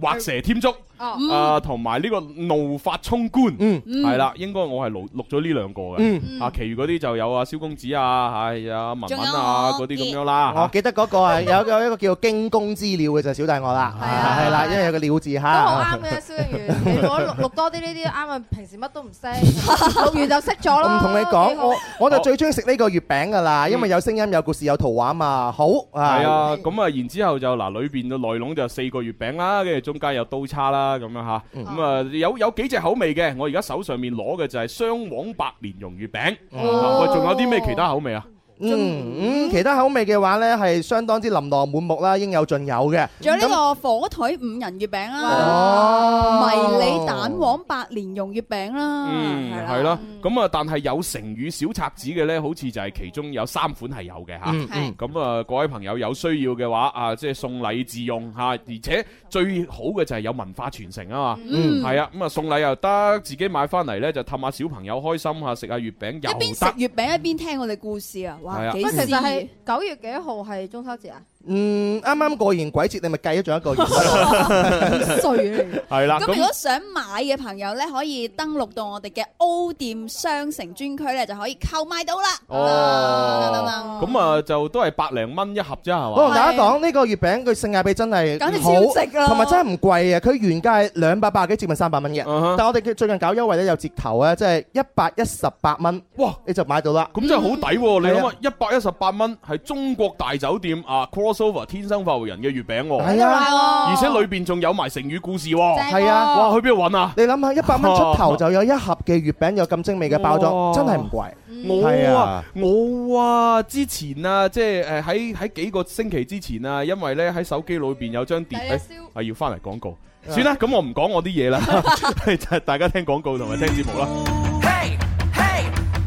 C: 畫蛇添足，
E: 哦
C: 啊同埋呢個怒髮衝冠，
D: 嗯
E: 嗯
C: 係啦，應該我係錄錄咗呢兩個
D: 嗯
C: 嘅，啊，其餘嗰啲就有啊蕭公子啊，係啊文文
D: 仲有
C: 啊嗰啲咁樣啦，
D: 我記得嗰個係有有一個叫做驚弓之鳥嘅就係小弟我啦，係啦，因為有個鳥字嚇。
E: 啊都好啱嘅，蕭敬元，你攞錄錄多啲呢啲啱啊！平時乜都唔識，錄完就識咗
D: 我唔
E: 咯。
D: 同你講，
E: 幾好
D: 我我就最中意食呢個月餅噶啦，因為有聲音、有故事、有圖畫嘛。好
C: 係啊，，咁啊，然之後就嗱，裏邊嘅內籠就有四個月餅啦，跟住中間有刀叉啦，咁樣吓，
D: 嗯
C: 咁啊有有幾隻口味嘅，我而家手上面攞嘅就係雙黃白蓮蓉月餅，
D: 哦
C: 啊喂，仲有啲咩其他口味啊？
D: 嗯，嗯其他口味嘅話呢，係相當之琳琅滿目啦，應有盡有嘅。
F: 仲有呢個火腿五仁月餅啦，
D: 哦
F: 迷你蛋黃白蓮蓉月餅哦啦，
C: 嗯，係啦，咁啊，但係有成語小冊子嘅呢，好似就係其中有三款係有嘅吓。
D: 嗯嗯
C: 咁啊，各位朋友有需要嘅話啊，即係送禮自用吓，而且最好嘅就係有文化傳承啊嘛。
F: 嗯
C: 係啊，咁啊送禮又得，自己買翻嚟呢，就氹下小朋友開心啊，食下月餅又
F: 邊食
C: 得。
F: 月餅一邊聽我哋故事啊，
C: 係
F: 哇，
C: 啊
F: 幾
E: 乜
F: 時
E: 其實係九月幾號係中秋 節啊？
D: 嗯，啱啱過完鬼節，你咪計咗仲有一個月 啦。
F: 衰
C: 係啦，
F: 咁如果想買嘅朋友咧，可以登錄到我哋嘅 O 店商城專區咧，就可以購買到啦。
C: 哦，咁啊就都係百零蚊一盒啫，係嘛？
D: 我
F: 哦
D: 同大家哦講，呢個月餅佢性價比真係
F: 簡直
D: 好
F: 超值，啊
D: 同埋真係唔貴啊！佢原價係兩百八十幾，接近三百
C: 嗯
D: 蚊嘅。
F: 嗯
D: 但我哋最近搞優惠咧，有折頭啊，即係一百一十八蚊，
C: 哇，
D: 你就買到啦。
C: 咁真係好抵
F: 嗯
C: 喎！你
D: 係啊
C: 諗下，一百一十八蚊係中國大酒店啊 crossover 天生發福人嘅月餅喎，
D: 係啊
C: 而且裏邊仲有埋成語故事喎，
D: 係啊
C: 哇！去邊度揾啊？
D: 你諗下，一百蚊出 頭就有一盒嘅月餅，有咁精美嘅包裝，
C: 哇
D: 真係唔貴。係
C: 我
D: 啊
C: 啊，我啊，之前啊，即係誒喺喺幾個星期之前啊，因為咧喺手機裏邊有張碟，誒啊要翻嚟廣告，算啦，咁我唔講我啲嘢啦，就係大家聽廣告同埋聽節目啦。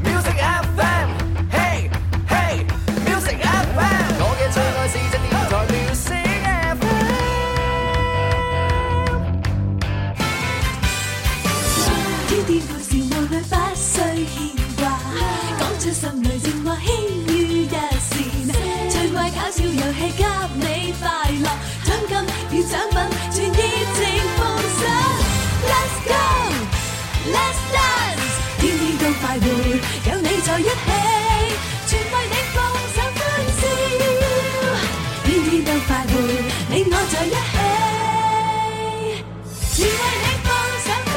A: Music FM，嘿嘿，Music FM，我嘅最愛是只電台 Music
L: 天天歡
A: FM。
L: 笑，無慮不需牽掛，講出心裏情話，輕於一線。趣味搞笑遊戲給你快樂，獎金與獎品全熱情奉上。Let's go，Let's dance，天天都快活，有你在一起，全為你放上歡笑。天天都快活，你我在一起。全為你放上歡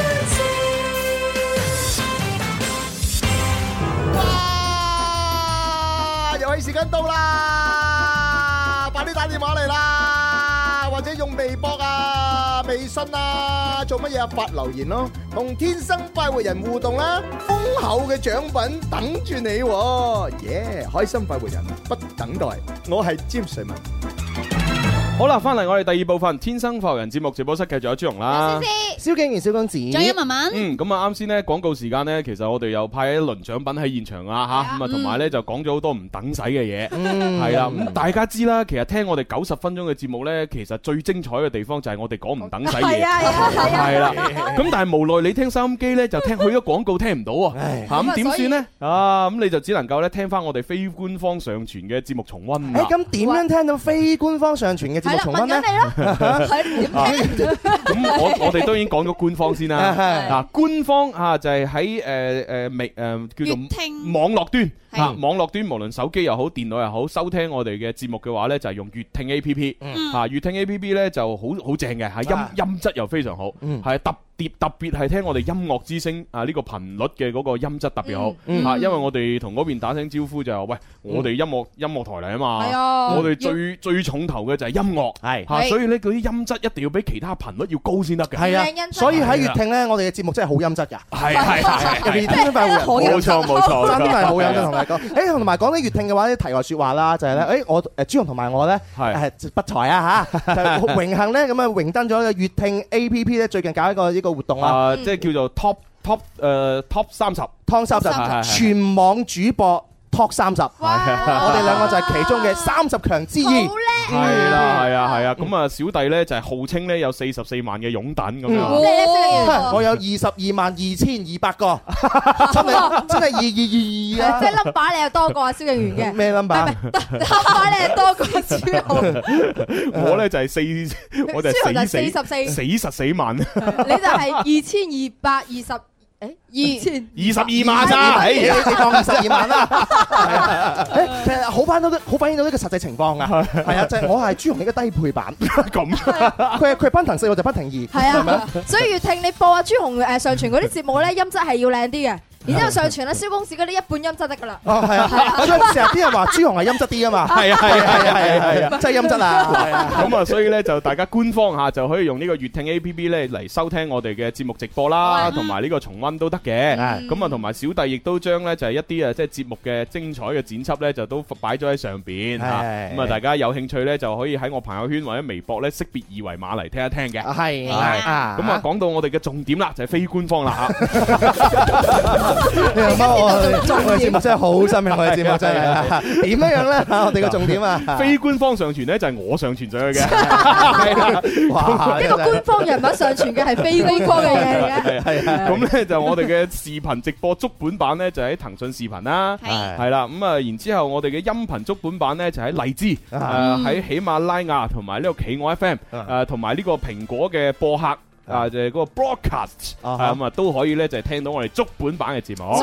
L: 笑。
G: 哇！遊戲時間到啦，快啲打電話嚟啦，或者用微博啊、微信啊，做乜嘢啊？發留言咯，同天生快活人互動啦，豐厚嘅獎品等住你喎，耶！開心快活人不等待，我係詹瑞文。
C: 好啦，翻嚟我哋第二部分《天生浮人》節目直播室，繼續有朱容啦。
D: 蕭敬元、蕭公子，
C: 嗯，咁啊，啱先咧廣告時間咧，其實我哋又派一輪獎品喺現場啊吓，咁啊，同埋咧就講咗好多唔等使嘅嘢，
D: 嗯
C: 係啦，咁大家知啦，其實聽我哋九十分鐘嘅節目咧，其實最精彩嘅地方就係我哋講 唔等使嘢，
A: 係啊係啊係啊
C: 係啦，咁但係無奈你聽收音機咧就聽去咗廣告聽唔到啊，嚇
D: 咁
C: 咁
D: 啊
C: 點算呢？啊，咁你就只能夠咧聽翻我哋非官方上傳嘅節目重温啦
D: 誒，。咁點樣聽到非官方上傳嘅節目重温咧？
C: 咁我我哋當然講咗官方先 啦。
D: 係
C: 嗱，官方啊就係喺誒誒微誒叫做網絡端啊，網絡端無論手機又好，電腦又好，收聽我哋嘅節目嘅話咧，就係用粵聽 A P P
A: 嗯
C: 啊，粵聽 A P P 咧就好好正嘅，係音音質又非常好，
A: 嗯
C: 係特別特別係聽我哋音樂之聲啊呢個頻率嘅嗰個音質特別好
A: 嗯
C: 啊，
A: 嗯
C: 因為我哋同嗰邊打聲招呼就係話喂，我哋音樂音樂台嚟啊嘛，
A: 係啊
C: 我哋
A: 要
C: 最最重頭嘅就係音樂係嚇，
D: 係
C: 所以咧嗰啲音質一定要比其他頻率要高先得嘅，
D: 係啊，所以喺粵聽咧，我哋嘅節目真係好音質㗎。
C: 係係係
D: 尤其是天生快活人，
C: 冇錯冇錯
D: 真係好音
C: 係
D: 質
C: 啊
D: 同你講。誒，同埋講起粵聽嘅話，啲題外説話啦，就係咧，誒，我誒朱紅同埋我咧 誒不才啊 嚇，就榮幸咧咁啊榮登咗粵聽 A P P 咧，最近搞一個呢個活動
C: 啊，
D: 啊，
C: 即係叫做 top top 誒 top 三十，
D: 湯三
C: 係係係
D: 十啊全網主播 Top 三十，我哋兩個就係其中嘅三十強之一。
C: 係啦係啊係啊，咁啊小弟咧就係號稱咧有四十四萬嘅擁趸咁
D: 嗯
C: 樣。
D: 哼我有二十二萬二千二百個， 真係真係二二二二啊！
E: 即係 number 你又多過阿蕭敬元 嘅
D: 咩 number？
E: ，number 你又多過朱浩，
C: 我咧就係四，我就
E: 朱紅就
C: 係
E: 係
C: 死
E: 44
C: 死十四萬，二
E: 你就係二千二百二十誒二千。
C: 十二萬咋？
D: 哎
C: 哎
D: 你哋當二十二萬啦。 啊誒其實好反映到好反映到呢個實際情況㗎，係啊，就係我係朱紅呢個低配版。
C: 咁
D: 佢係佢係奔騰四，我就奔騰二。係
E: 係啊，所以越聽你播阿啊朱紅誒上傳嗰啲節目咧，音質係要靚啲嘅。然之後上傳啦，蕭公子嗰啲一半音質得㗎啦。
D: 哦，係啊，所以成日啲人話朱紅係音質啲啊嘛。
C: 係啊係啊係啊係啊係啊
D: 真係音質啊！
C: 咁啊，所以咧就大家官方嚇就可以用呢個粵聽 A P P 咧嚟收聽我哋嘅節目直播啦，同埋呢個重温都得嘅。咁啊，同埋小弟亦都將咧就係一啲啊即係節目嘅精彩嘅剪輯咧就都擺咗喺上邊嚇。
D: 係
C: 咁啊，大家有興趣咧就可以喺我朋友圈或者微博咧識別二維碼嚟聽一聽嘅。
D: 係
C: 係
D: 啊
C: 咁啊，講到我哋嘅重點啦，就係非官方 啦嚇。
D: 你阿媽我哋我哋節目真係好深入，我哋節目真係 啊點樣樣咧？我哋嘅重點啊，
C: 非官方上傳咧就係我上傳上去嘅。
D: 哇！
E: 呢個官方人物上傳嘅係非官方嘅嘢嚟嘅。
C: 啊係係啊，咁咧就我哋嘅視頻直播足本版咧就喺騰訊視頻啦，
D: 係
C: 係啦，咁啊然之後我哋嘅音頻足本版咧就喺荔枝，
D: 啊
C: 誒喺喜馬拉雅同埋呢個企鵝 FM，誒同埋呢個蘋果嘅播客。啊，就係嗰個 broadcast，啊咁啊都可以咧，就係聽到我哋足本版嘅節目。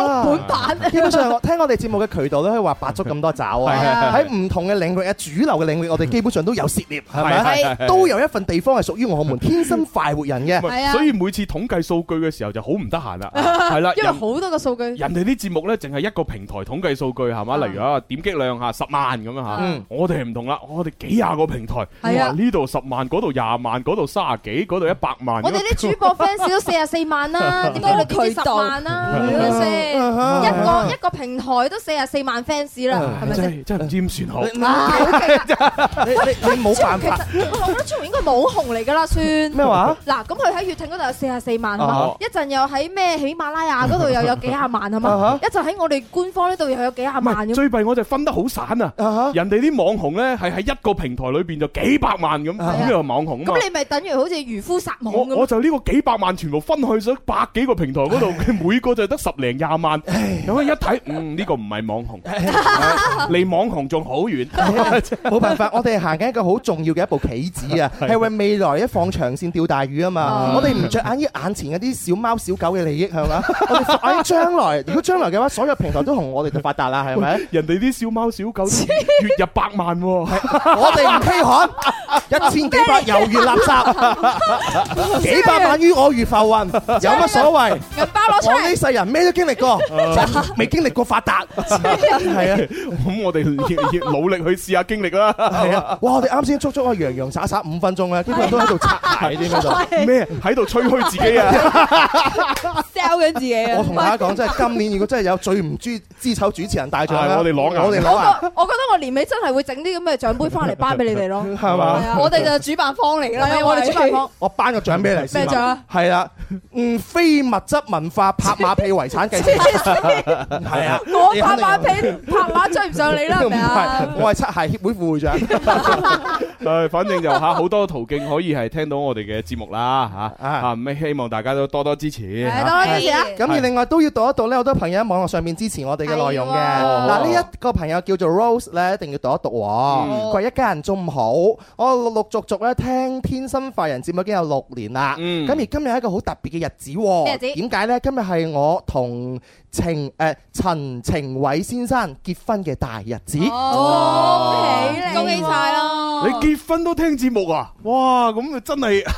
D: 基本上我聽我哋節目嘅渠道咧，可以話百足咁多爪
C: 係係
D: 啊！
C: 係
D: 喺唔同嘅領域啊，主流嘅領域，我哋基本上都有涉獵，係咪
C: 係係
D: 啊
C: 係？
D: 都有一份地方係屬於我們天生快活人嘅
C: 唔。
E: 啊
C: 係所以每次統計數據嘅時候就好唔得閒 啦，係啦，
E: 因為
C: 人
E: 好多個數據。
C: 啊人哋啲節目呢，淨係一個平台統計數據係嘛？例如啊，點擊量嚇十萬咁樣嚇
A: 嗯，
C: 我哋唔同啦，我哋幾廿個平台，
E: 係啊
C: 哇呢度十萬，嗰度廿萬，嗰度三十幾，嗰度一百萬。
E: 我哋 啲主播 fans 都四十四萬啦，點解你跌至十萬啦？係咪先？
C: 啊
E: 一個一個平台都四十四萬 fans 啦，係咪先？
C: 真係真係唔知點算 好。
D: 你你你冇辦法。
E: 啊其實我覺得朱紅應該網紅嚟㗎啦，算
D: 咩話
E: 嗱，咁佢喺粵聽嗰度有四十四萬啊嘛
D: 啊，
E: 一陣又喺咩喜馬拉雅嗰度又有幾廿萬啊嘛
C: 啊哈，
E: 一陣喺我哋官方呢度又有幾廿
C: 唔
E: 萬
C: 係
E: 咁。
C: 最弊，我就分得好散
D: Ờ
C: 啊！人哋啲網紅呢，係喺一個平台裏邊就幾百萬咁，咁又網紅啊嘛
E: 咁你。咪等於好似漁夫撒網
C: 我我
E: 咁。
C: 就呢個幾百萬全部分去咗百幾個平台嗰度，佢每個就得十零廿萬，咁啊一睇，嗯呢個唔係網 紅，啊離網紅仲好遠。
E: 啊
D: 冇辦法，我哋行緊一個好重要嘅一步棋子啊，係為未來一放長線釣大魚啊嘛
A: 啊。
D: 我哋唔着眼於眼前嗰啲小貓小狗嘅利益係嘛，我哋着眼於將來。如果將來嘅話，所有平台都同我哋就發達啦，係咪？
C: 人哋啲小貓小狗月入百萬喎，
D: 我哋唔稀罕，一千幾百猶如垃圾，幾百萬於我如浮雲，有乜所謂？
E: 銀包攞出
D: 我呢世人咩都經歷過，就未經歷過發達，係啊。
C: 咁我哋要要努力去試下經歷啦。
D: 係啊！哇！我哋啱先足足啊洋洋灑灑五分鐘啊咧，基本上都喺度擦鞋啲喺
E: 啊
D: 度。
C: 咩？喺度吹噓自己啊！
E: sell 緊自己
D: 我同大家講，真係今年如果真係有最唔知知醜主持人大獎
C: 係啊
D: 咧，
C: 我哋攞硬
D: 我哋攞
E: 我
D: 啊！
E: 覺我覺得我年尾真係會整啲咁嘅獎杯翻嚟頒俾你哋咯。
D: 係嘛？
E: 係 啊，我哋就係主辦方嚟㗎啦，因為我哋主 辦方。
D: 我頒個獎俾你先啦。
E: 咩獎啊
D: 係啦，嗯，非物質文化拍馬屁遺產繼承。係啊，
E: 我
D: 你
E: 拍
D: 肯定
E: 馬屁拍馬 追唔上你啦，係咪啊？
D: 唔係我係七鞋協會副會長。
C: 誒，反正就嚇好多途徑可以係聽到我哋嘅節目啦嚇啊！咁希望大家都多多支持，
D: 係
E: 多
C: 嚇
E: 啲嘢啊
D: 咁而另外都要讀一讀咧，好多朋友喺網絡上面支持我哋嘅內容嘅。
C: 係喎
D: 嗱，呢一個朋友叫做 Rose 咧，一定要讀一讀喎。佢話一家人仲好，我陸陸續續咧聽《天生快人》節目已經有六年啦。咁而今日係一個好特別嘅日子
E: 咩日子
D: 喎。點解呢？今日係我同程誒陳程偉先生結婚嘅大日子。
E: 哦恭喜你，恭喜晒啦！
C: 你結婚都聽節目啊？哇！咁真係
J: 依家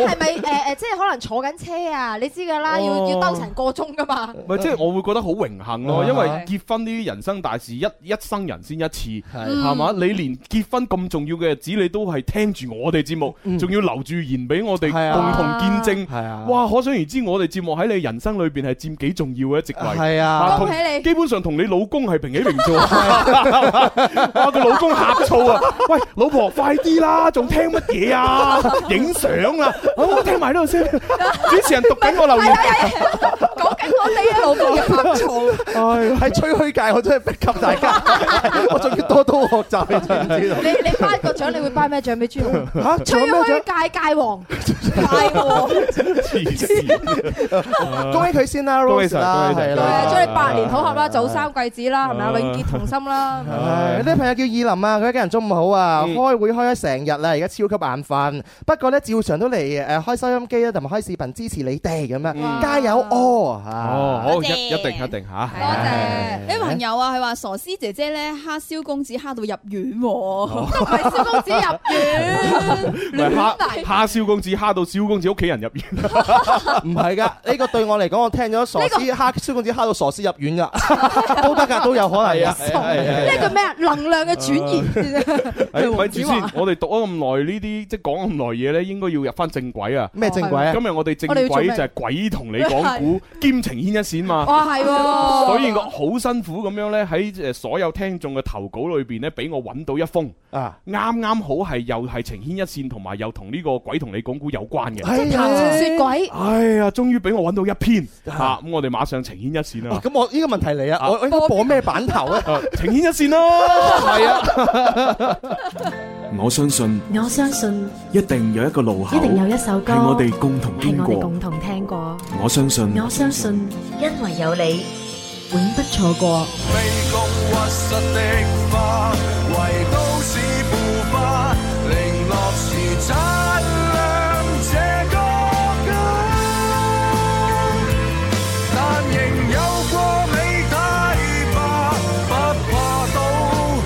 J: 係咪誒誒，即係可能坐緊車啊？你知㗎啦，要
C: 哦
J: 要兜成個鐘㗎嘛。
C: 唔係，即係我會覺得好榮幸咯，
D: 嗯
C: 因為結婚呢啲人生大事，一一生人先一次，係
J: 嗯
C: 嘛？你連結婚咁重要嘅日子，你都係聽住我哋節目，仲要留住言俾我哋共同見證，
D: 係啊！
C: 哇！可想而知，我哋節目喺你人生裏邊係佔幾重要嘅一席位，
D: 係啊
C: 同
D: 恭喜你
C: 基本上同你老公係平起平坐， 哇！個老公呷醋啊！喂，老婆快啲啦，仲聽乜嘢啊？影相啊！好我聽埋呢度先，主持人讀緊我留言。
J: 講緊我哋啊，老公嘅呷醋。
F: 啊
D: 喺吹噓界，我真係逼及大 家，我仲要多多學習，你知唔知道？
J: 你你頒個獎，你會頒咩獎俾朱 紅？
D: 嚇
J: 吹
D: 仲有咩獎
J: 開界界 王，
D: 啊 恭喜佢先啦
C: 恭喜晒
D: ，Rose 啦，
C: 恭喜晒
D: 係
C: 恭喜
D: 啦
C: 晒，
J: 祝你百年好合啦，早 生貴子啦，係咪啊？永結同心啦。
D: 唉，呢位朋友叫意林啊，佢一家人中午好啊，開會開咗成日啦，而家超級眼瞓。不過咧，照常都嚟誒開收音機啦，同埋開視頻支持你哋咁樣，加油嗯哦！
C: 哦，好，一
F: 多謝
C: 一定一定吓，
F: 呢位朋友啊，佢話傻師姐姐咧蝦蕭公子蝦到入院
E: 哦
F: 喎，
J: 都唔係蕭公子入院，
C: 唔係蝦蝦蕭公子蝦到蕭公子屋企人入院，
D: 唔係㗎，呢個對我嚟講，我聽咗傻師蝦蕭公子蝦到傻師入院㗎， 都得㗎，都有可能
C: 係
D: 㗎
C: 啊係啊係啊係啊
J: 呢個咩啊？能量嘅轉移。
C: 哎咪住先，我哋讀咗咁耐呢啲，即係講咁耐嘢咧，應該要入翻正軌啊！
D: 咩正軌啊
C: 今日我哋正
J: 我哋要做咩
C: 軌就係鬼同你講 古，兼情牽一線嘛。
J: 哇係
M: 哦
J: 喎
C: 所以我好辛苦咁樣咧，喺誒所有聽眾嘅投稿裏邊咧，俾我揾到一封
D: 啊，
C: 啱啱好係又係情牽一線，同埋又同呢個鬼同你講古有關嘅。
D: 係啊
J: 談情說 鬼
C: 哎呀，終於俾我揾到一篇啊！咁我哋馬上情牽一線啦。啊
D: 咁我呢個問題嚟啊，我我應該播咩版頭啊
M: 哎
D: 咧？
C: 情牽一線咯，係啊。
K: 我相信
M: 我相信
K: 一定有一個路口，
M: 一定有一首歌
K: 係我哋共同
M: 係
K: 經
M: 我哋
K: 過。嗯
M: 共同聽過。
K: 我相信，
M: 我相信，因為有你，永不錯過。
A: 屈膝的花，為都市腐化，零落時擦亮這個家。但仍有過美大吧，不怕倒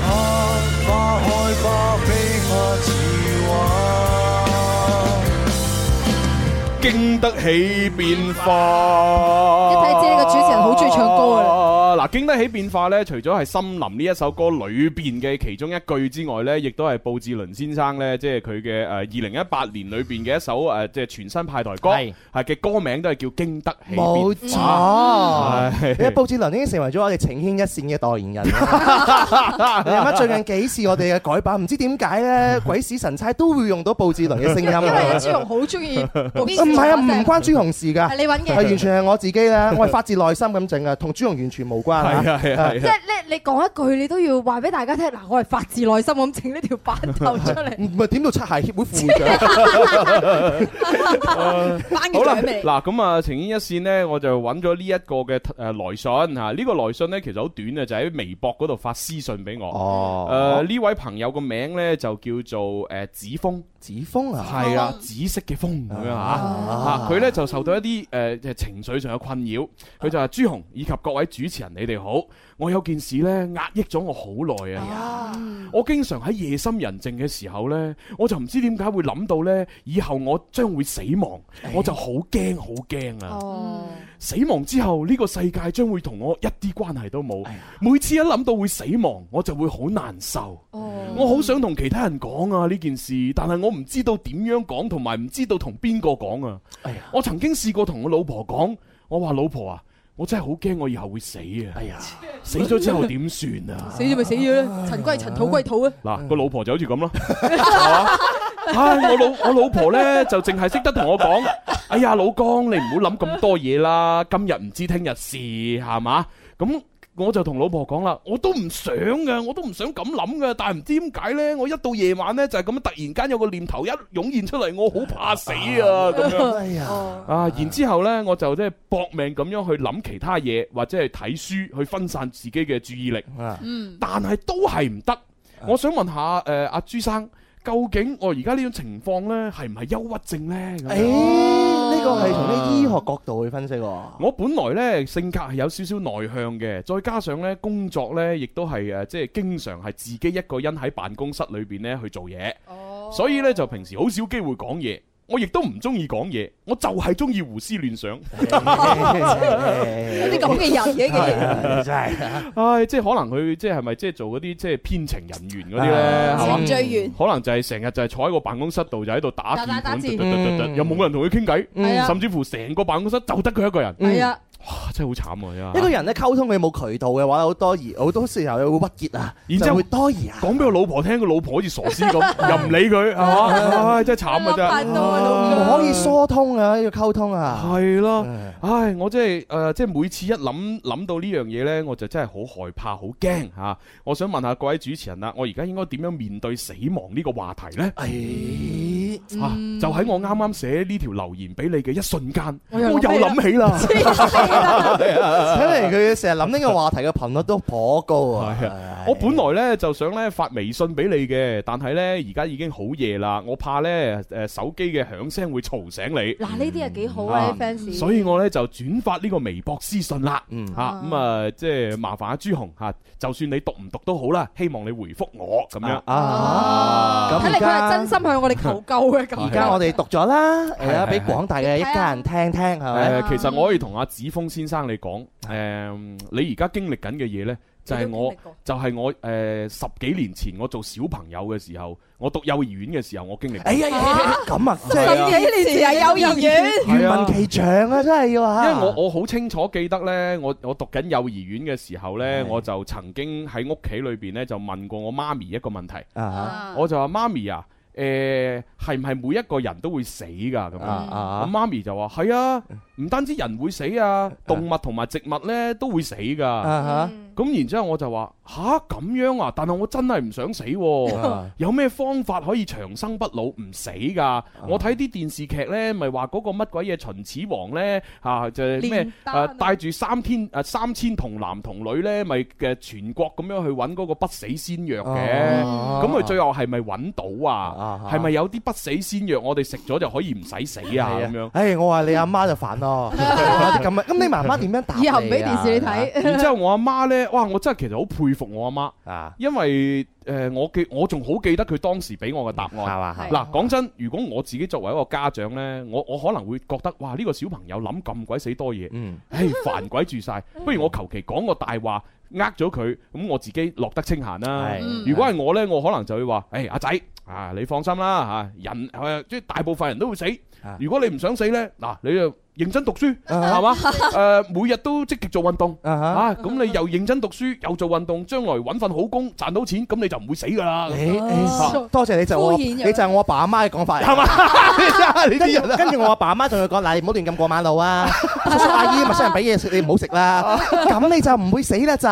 A: 下，花開花飛花似畫。
C: 經得起變化，一
J: 睇知呢個主持人好中意唱歌啊㗎
C: 啦。嗱，經得起變化呢，除咗係《森林》呢一首歌裏邊嘅其中一句之外呢，亦都係布志綸先生呢，即係佢嘅呃誒二零一八年裏邊嘅一首誒即係全新派台歌，係嘅歌名都係叫《經得起變化
D: 冇》。錯，你
C: 係
D: 嘅報志倫已經成為咗我哋情牽一線嘅代言人 啦。你諗下最近幾次我哋嘅改版，唔知點解咧，鬼使神差都會用到報志倫嘅聲音。啊
J: 因為朱紅好中 意報紙
D: 唔係啊，唔關朱紅事㗎，
J: 係你揾嘅
D: 係完全係我自己啦，我係發自內心咁整啊，同朱紅完全無關啊
C: 係啊係啊係啊
J: 即係咧，你講一句，你都要話俾大家聽。嗱，我係發自內心咁整呢條板頭出嚟。
D: 唔係點到擦鞋協會副會 長？
J: 頒
C: 好
J: 個
C: 啦，
J: 獎俾你。
C: 嗱咁啊，情牽一線呢，我就揾咗呢一個嘅呃誒來信嚇，呢個來信呢，其實好短嘅，就喺微博嗰度發私信俾我。
D: 哦
C: 誒呃呢位朋友個名呢，就叫做誒子峰，
D: 子峰啊，
C: 係啊，紫色嘅風咁樣嚇嚇，佢呢就受到一啲誒誒情緒上嘅困擾，佢就話朱紅以及各位主持人你哋好，我有件事呢，壓抑咗我好耐
D: 哎
C: 啊，我經常喺夜深人靜嘅時候呢，我就唔知點解會諗到呢，以後我將會死亡，
D: 哎
C: 我就好驚好驚
D: 哦
C: 啊！
E: 哦
C: 死亡之後，呢、個世界將會同我一啲關係都
D: 哎
C: 冇。每次一諗到會死亡，我就會好難受。我好想同其他人講啊呢件事，但係我唔知道點樣講，同埋唔知道同邊個講啊。我曾經試過同我老婆講，我話老婆啊，我真係好驚，我以後會死啊！哎呀，死咗之後點算啊？
E: 哦死咗咪死咗啦，塵歸塵，土歸土啊！
C: 嗱，個老婆就好似咁咯，係嘛？唉，我老我老婆咧就淨係識得同我講： 哎呀，老公，你唔好諗咁多嘢啦，今日唔知聽日事，係嘛？咁我就同老婆講啦，我都唔想嘅，我都唔想咁諗嘅，但係唔知點解咧，我一到夜晚咧就係咁樣，突然間有個念頭一湧現出嚟，我好怕死啊！咁樣，
D: 哎呀
C: 啊，然之後呢，我就即係搏命咁樣去諗其他嘢，或者係睇書去分散自己嘅注意力。
D: 哎
A: 嗯
C: 但係都係唔得。我想問下誒阿朱生，究竟我而家呢種情況呢，係唔係憂鬱症呢？咁樣
D: 誒，哎呢個係從啲醫學角度去分析喎。
C: 我本來呢性格係有少少內向嘅，再加上呢工作呢亦都係誒即係經常係自己一個人喺辦公室裏邊呢去做嘢，
E: 哦
C: 所以呢，就平時好少機會講嘢。我亦都唔中意講嘢，我就係中意胡思亂想。
D: 哎嗯
E: 有啲咁嘅人嘅竟然
D: 係哎真係。
C: 唉，即係可能佢即係係咪即係做嗰啲即係編程人員嗰啲咧，
F: 啊
C: 係嘛
E: 程序員
C: 可能就係成日就係坐喺個辦公室度就喺度打鍵
E: 打打打
C: 盤，
E: 字
C: 嘟嘟嘟
D: 嗯
C: 嘟嘟又冇人同佢傾
D: 係
C: 偈，
D: 啊
C: 甚至乎成個辦公室就得佢一個人。
E: 係啊，
C: 哇，真係好慘啊！
D: 嗯一
C: 真係
D: 個人咧溝通佢冇渠道嘅話，好多疑，好多時候會鬱結啊，
C: 然之
D: 就
C: 後
D: 會多疑啊。
C: 講俾我老婆聽，個老婆好似傻師 咁，又唔理佢，係嘛？唉，真係慘啊！真係。
D: 唔可以疏通啊，要溝通啊。
C: 係咯，唉，我真係誒，即係每次一諗諗到呢樣嘢呢，我就真係好害怕、好驚嚇。啊我想問下各位主持人啦，我而家應該點樣面對死亡呢個話題呢？啊
A: 嗯
C: 就喺我啱啱寫呢條留言俾你嘅一瞬間，我
D: 我又
C: 又諗起啦。
D: 睇嚟佢成日諗呢個話題嘅頻率都頗高啊。
C: 我本來呢就想呢發微信俾你嘅，但係呢而家已經好夜啦，我怕呢誒手機嘅響聲會嘈醒你。
E: 嗱呢啲係幾好啊
C: 啊
E: 啲 fans，
C: 所以我咧就轉發呢個微博私信啦，
D: 嗯
C: 嚇咁啊，即係麻煩阿朱紅嚇，就算你讀唔讀都好啦，希望你回覆我咁樣
D: 啊
C: 哦
E: 睇嚟佢係真心向我哋求救嘅咁。
D: 而家我哋讀咗啦，
C: 係
D: 係啊，俾廣大嘅一家人聽聽係咪？
C: 誒，其實我可以同阿子峰先生你講，誒，你而家經歷緊嘅嘢呢，就係我就係我誒十幾年前我做小朋友嘅時候，我讀幼兒園嘅時候，我經歷。
D: 哎呀，咁啊，即
C: 係啊
D: 係
E: 幾年前係幼兒園
D: 願聞其詳啊，真係要
C: 因
D: 啊！
C: 為我我好清楚記得呢，我我讀緊幼兒園嘅時候呢，我就曾經喺屋企裏邊呢，就問過我媽咪一個問題，
D: 啊
C: 我就話媽咪啊，誒係唔係每一個人都會死㗎咁樣？
D: 啊
C: 我媽咪就話係啊，唔單止人會死啊，動物同埋植物呢都會死㗎。
D: 啊
C: 咁然之後我就話吓咁樣啊，但係我真係唔想死喎、
D: 啊
C: 有咩方法可以長生不老唔死㗎？我睇啲電視劇呢，咪話嗰個乜鬼嘢秦始皇呢，啊，就係咩
D: 煉丹
C: 誒帶住三天誒三千童男童女呢，咪嘅全國咁樣去揾嗰個不死仙藥嘅。
D: 哦
C: 咁佢最後係咪揾到啊？係咪有啲不死仙藥我哋食咗就可以唔使死啊？
D: à.
C: 咁樣。
D: 唉，我話你阿媽就煩咯，咁啊，咁你媽媽點樣答你啊？
E: 以後唔俾
D: à?
E: 電視你睇
C: 然之後我阿媽呢，哇！我真係其實好佩服我阿媽
D: 啊，
C: 因為誒我記我仲好記得佢當時俾我嘅答案。
D: 係
C: 嗱，講真，如果我自己作為一個家長呢，我我可能會覺得哇！呢個小朋友諗咁鬼死多
D: Ừ.
C: 嘢，唉煩鬼住晒。不如我求其講個大話。呃咗佢，咁我自己落得清閒啦
D: 係嗯。
C: 如果係我呢，我可能就會話：，誒阿仔啊，你放心啦嚇，人誒即係大部分人都會死。如果你唔想死呢，嗱你就認真讀書，係嘛？誒每日都積極做運動
D: À
C: 啊，咁你又認真讀書，又做運動，將來揾份好工賺到錢，咁你就唔會死㗎啦。
D: 誒多謝你就我，
C: 敷衍
D: 你
C: 咗
D: 就係我阿爸阿媽嘅講法嚟，係
C: 嘛？
D: 你知人跟住我阿爸阿媽仲要講嗱，你唔好亂咁過馬路啊！叔叔阿姨陌生人俾嘢食，你唔好食啦。咁你就唔會死啦，仔！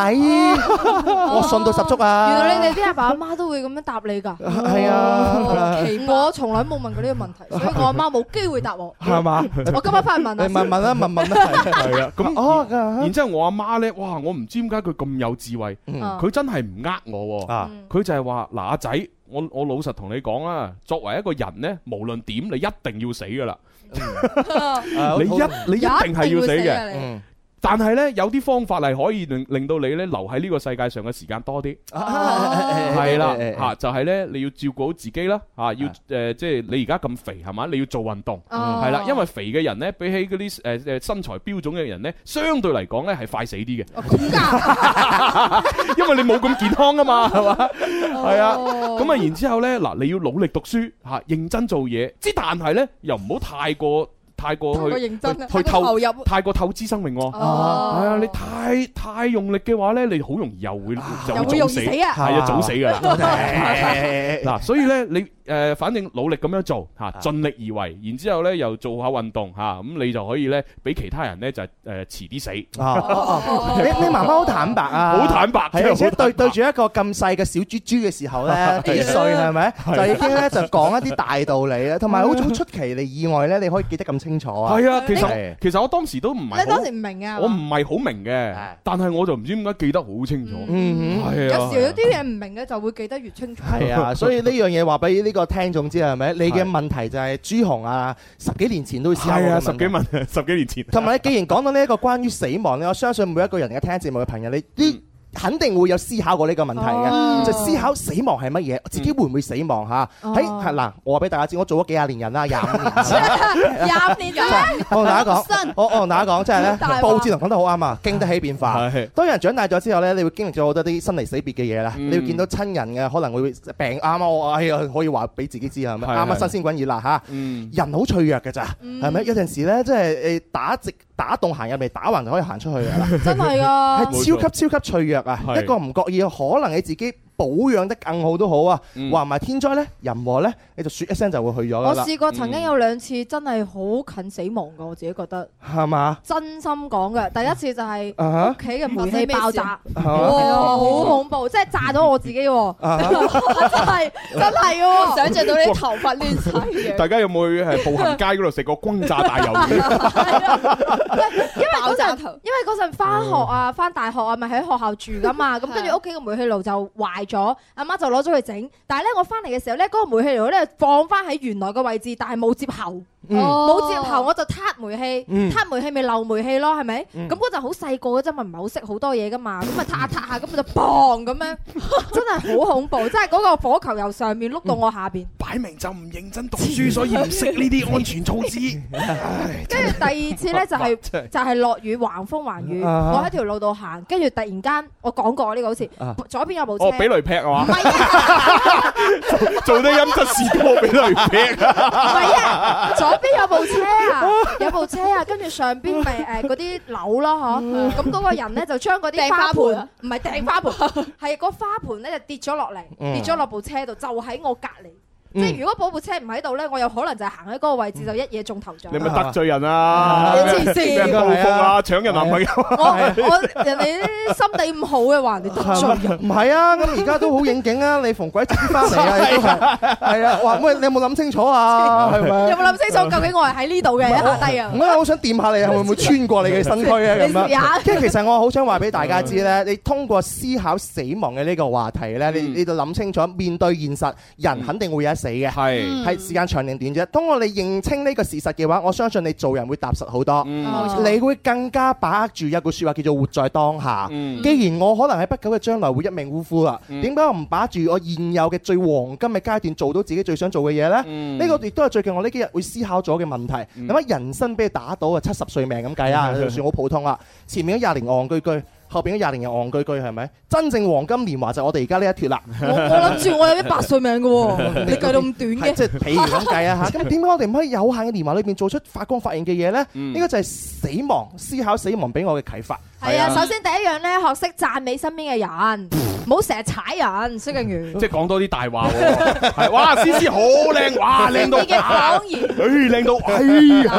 D: 我信到十足啊！
E: 原來你哋啲阿爸阿媽都會咁樣答你㗎。
D: 係啊
E: 哦奇怪我從來冇問過呢個問題，所以我阿媽冇機會答我。
D: 係嘛？
E: 我今日翻去問下
D: 你問問啦，問問啦。
C: 係啊，咁
D: 哦
C: 然然之後我阿媽呢，哇！我唔知點解佢咁有智慧，
D: 嗯
E: 啊
C: 佢真係唔呃我喎，佢就係話嗱阿仔，我我老實同你講啦，作為一個人呢，無論點你一定要死㗎啦，你
D: Ờ,
C: 一你一定係要死嘅。
D: ừ.
C: 嗯但係呢，有啲方法係可以令令到你呢留喺呢個世界上嘅時間多啲。係啦，嚇就係咧，你要照顧好自己啦，嚇要誒，即係你而家咁肥係嘛，你要做運動，
A: 哦
C: 嗯係啦，因為肥嘅人咧，比起嗰啲誒誒身材標準嘅人咧，相對嚟講咧係快死啲
E: 哦
C: 嘅， 因為你冇咁健康啊 嘛，係嘛，
E: 哦
C: 係啊，咁啊，然之後咧嗱，你要努力讀書嚇，認真做嘢，之但係咧又唔好太過。太過
E: 太過
C: 去
E: 認真
C: 去
E: 啊
C: 去
E: 太過
C: 透
E: 投入
C: 太過透支生命喎。係
E: 哦
C: 啊，你太太用力嘅話咧，你好容易又會就
E: 又
C: 會
E: 會
C: 早
E: 容易
C: 死，
E: 死啊
C: 係啊，早死 㗎啦。
D: 唉
C: 嗱，所以咧你誒，反正努力咁樣做嚇，
E: 啊
C: 盡力而為，然之後咧又做下運動嚇，咁你就可以咧比其他人咧就係誒遲啲死。
E: 啊
D: 你你媽媽好坦白啊，
C: 好坦白真
D: 係
C: 係
D: 而且
C: 好坦
D: 對對住一個咁細嘅小豬豬嘅時候咧，幾歲
C: 係啊
D: 係咪？
C: 係
D: 就已經咧就講一啲大道理啦，同埋好好出奇你意外咧，你可以記得咁清楚啊。
C: 係啊，其實其實我當時都唔係好
E: 你當時唔明啊？
C: 我唔係好明嘅，但係我就唔知點解記得好清楚。
D: 嗯
C: 係
E: 有
C: 啊
E: 時有啲嘢唔明嘅就會記得越清楚。
D: 係啊，所以呢樣嘢話俾呢個聽眾知係咪？你嘅問題就係朱紅啊，十幾年前都會
E: 嗯
D: 思考
C: 係啊，
D: 過嘅
C: 十
D: 問
C: 幾
D: 題。
C: 問 十幾年前。
D: 同埋，既然講到呢一個關於死亡咧，我相信每一個人嘅聽節目嘅朋友，你
C: 嗯
D: 啲肯定會有思考過呢個問題
E: 哦哦
D: 嘅，就思考死亡係乜
C: 嗯
D: 嘢，自己會唔會死亡嚇？喺哎係嗱，我話俾大家知，我做咗幾廿年人 啦，廿五年。
E: 廿五年啊啫，
D: 我同大家講，我我同大家講，真係咧
E: 大話，
D: 報志同講得好啱啊，經得起變化。當人長大咗之後咧，你會經歷咗好多啲生離死別嘅嘢啦，
C: 嗯
D: 你會見到親人嘅可能會病啱啊，我哎呀可以話俾自己知係咪？
C: 係
D: 啱
C: 係
D: 啱新鮮滾熱辣嚇，
C: 嗯
D: 人好脆弱嘅咋，
E: 嗯
D: 係咪？有陣時咧，即係誒打直打洞行入嚟，打橫就可以行出去㗎啦。
E: 真係啊
D: 係超級超級脆弱啊！
C: 係
D: 一個唔覺意，可能你自己保養得更好都好啊。
C: 嗯
D: 話埋天災咧、人禍咧，你就説一聲就會去咗㗎
E: 我
D: 啦。
E: 試過曾經有兩次真係好近死亡㗎，我自己覺得。
D: 係嘛？
E: 真心講嘅，第一次就係
D: 啊哈啊
E: 屋企嘅煤氣爆炸，
D: 發
E: 哇，
D: 生咩事
E: 好恐怖，即係炸到我自己喎，
D: 啊哈
E: 真係真係喎，
F: 想像到你頭
E: 髮亂晒嘅，
C: 大家有冇去誒步行街嗰度食過轟炸大魷 魚？
E: 因為嗰陣因為嗰陣翻學
J: 嗯
E: 啊，翻大學啊，咪喺學校住 噶嘛，咁跟住屋企個煤氣爐就壞咗，阿媽就攞咗去整，但係咧我翻嚟嘅時候咧，嗰個煤氣爐咧放翻喺原來嘅位置，但係冇接喉。
J: 嗯
E: 冇接喉我就撻煤氣，
J: 嗯
E: 撻煤氣咪漏煤氣咯，係咪？
J: 嗯
E: 咁嗰陣好細個嘅啫嘛，唔係好識好多嘢噶嘛，咁咪撻下撻下，咁我就砰 咁樣，真係好恐怖，真係嗰個火球由上面碌到我下
J: 嗯
E: 邊。
C: 擺明就唔認真讀書，所以唔識呢啲安全措施。
E: 跟住第二次咧就係、
C: 真係
E: 就係落雨橫風橫雨，
C: 啊
E: 我喺條路度行，跟住突然間我講過呢個好似
C: 啊
E: 左邊有部車，
C: 哦，俾雷劈係嘛？ 做做啲音質試過俾雷 劈啊！
E: 左邊有部車啊，有部車啊，跟住上 邊咪誒嗰啲樓咯，嗬。咁嗰個人咧就將嗰啲
F: 掟
E: 花
F: 花
E: 盆
F: 盆，
E: 唔係掟 花盆，係個花盆咧就跌咗落嚟，
F: 嗯
E: 跌咗落部車度，就喺我隔離。
C: 嗯
E: 即係如果部部車唔喺度咧，我有可能就係行喺嗰個位置就一嘢中頭獎。
C: 你咪得罪人啊！
E: 你 黐線
C: 咩報復啊，搶人男朋友啊。
E: 我我人哋啲心地唔好嘅話，人哋得 罪人。
D: 唔係啊，咁而家都好應景啊！你逢鬼節翻嚟啊， 你都係係啊！哇，喂，你有冇諗清楚啊？係咪？
E: 有冇諗清楚究竟我係喺呢度嘅，一下低啊？
D: 我好想掂 下你，會唔會穿過你嘅身軀啊咧？咁
E: 你試
C: dạ.
E: 下
D: 樣，即係其實我好想話俾大家知咧，你通過思考死亡嘅呢個話題咧，你你就諗清楚，面對現實，人肯定會有一死嘅，
C: 嗯係
F: 嗯
D: 係時間長定短啫。當我哋認清呢個事實嘅話，我相信你做人會踏實好多，
C: 冇
E: 錯
D: 你會更加把握住有句説話叫做活在當
C: 嗯
D: 下。既然我可能喺不久嘅將來會一命嗚呼啦，點解我唔把握住我現有嘅最黃金嘅階段做到自己最想做嘅嘢
C: 嗯
D: 呢？呢個亦都係最近我呢幾日會思考咗嘅問題。諗下人生俾你打到啊七十歲命咁計啊，
C: 嗯
D: 就算好普通啦。前面嗰廿年戇居居，後邊嗰廿年又戇居居，係咪？真正黃金年華就係我哋而家呢一脱啦。
E: 我我諗住我有一百歲命嘅 喎，你計到咁短嘅，
D: 即係譬如咁計啊嚇，咁點解我哋唔可以有限嘅年華裏邊做出發光發現嘅嘢呢？
E: 嗯
D: 呢個就係死亡思考死亡俾我嘅啟發。
E: 係
C: à.
E: 啊，à, 首先第一樣咧，學識讚美身邊 嘅人，唔好成日踩人，蕭敬元。
C: 即係講多啲大話喎， 係哇！思思好靚，哇靚 到
E: 你 嘅
C: 哇
E: 謊言
C: 誒靚到哎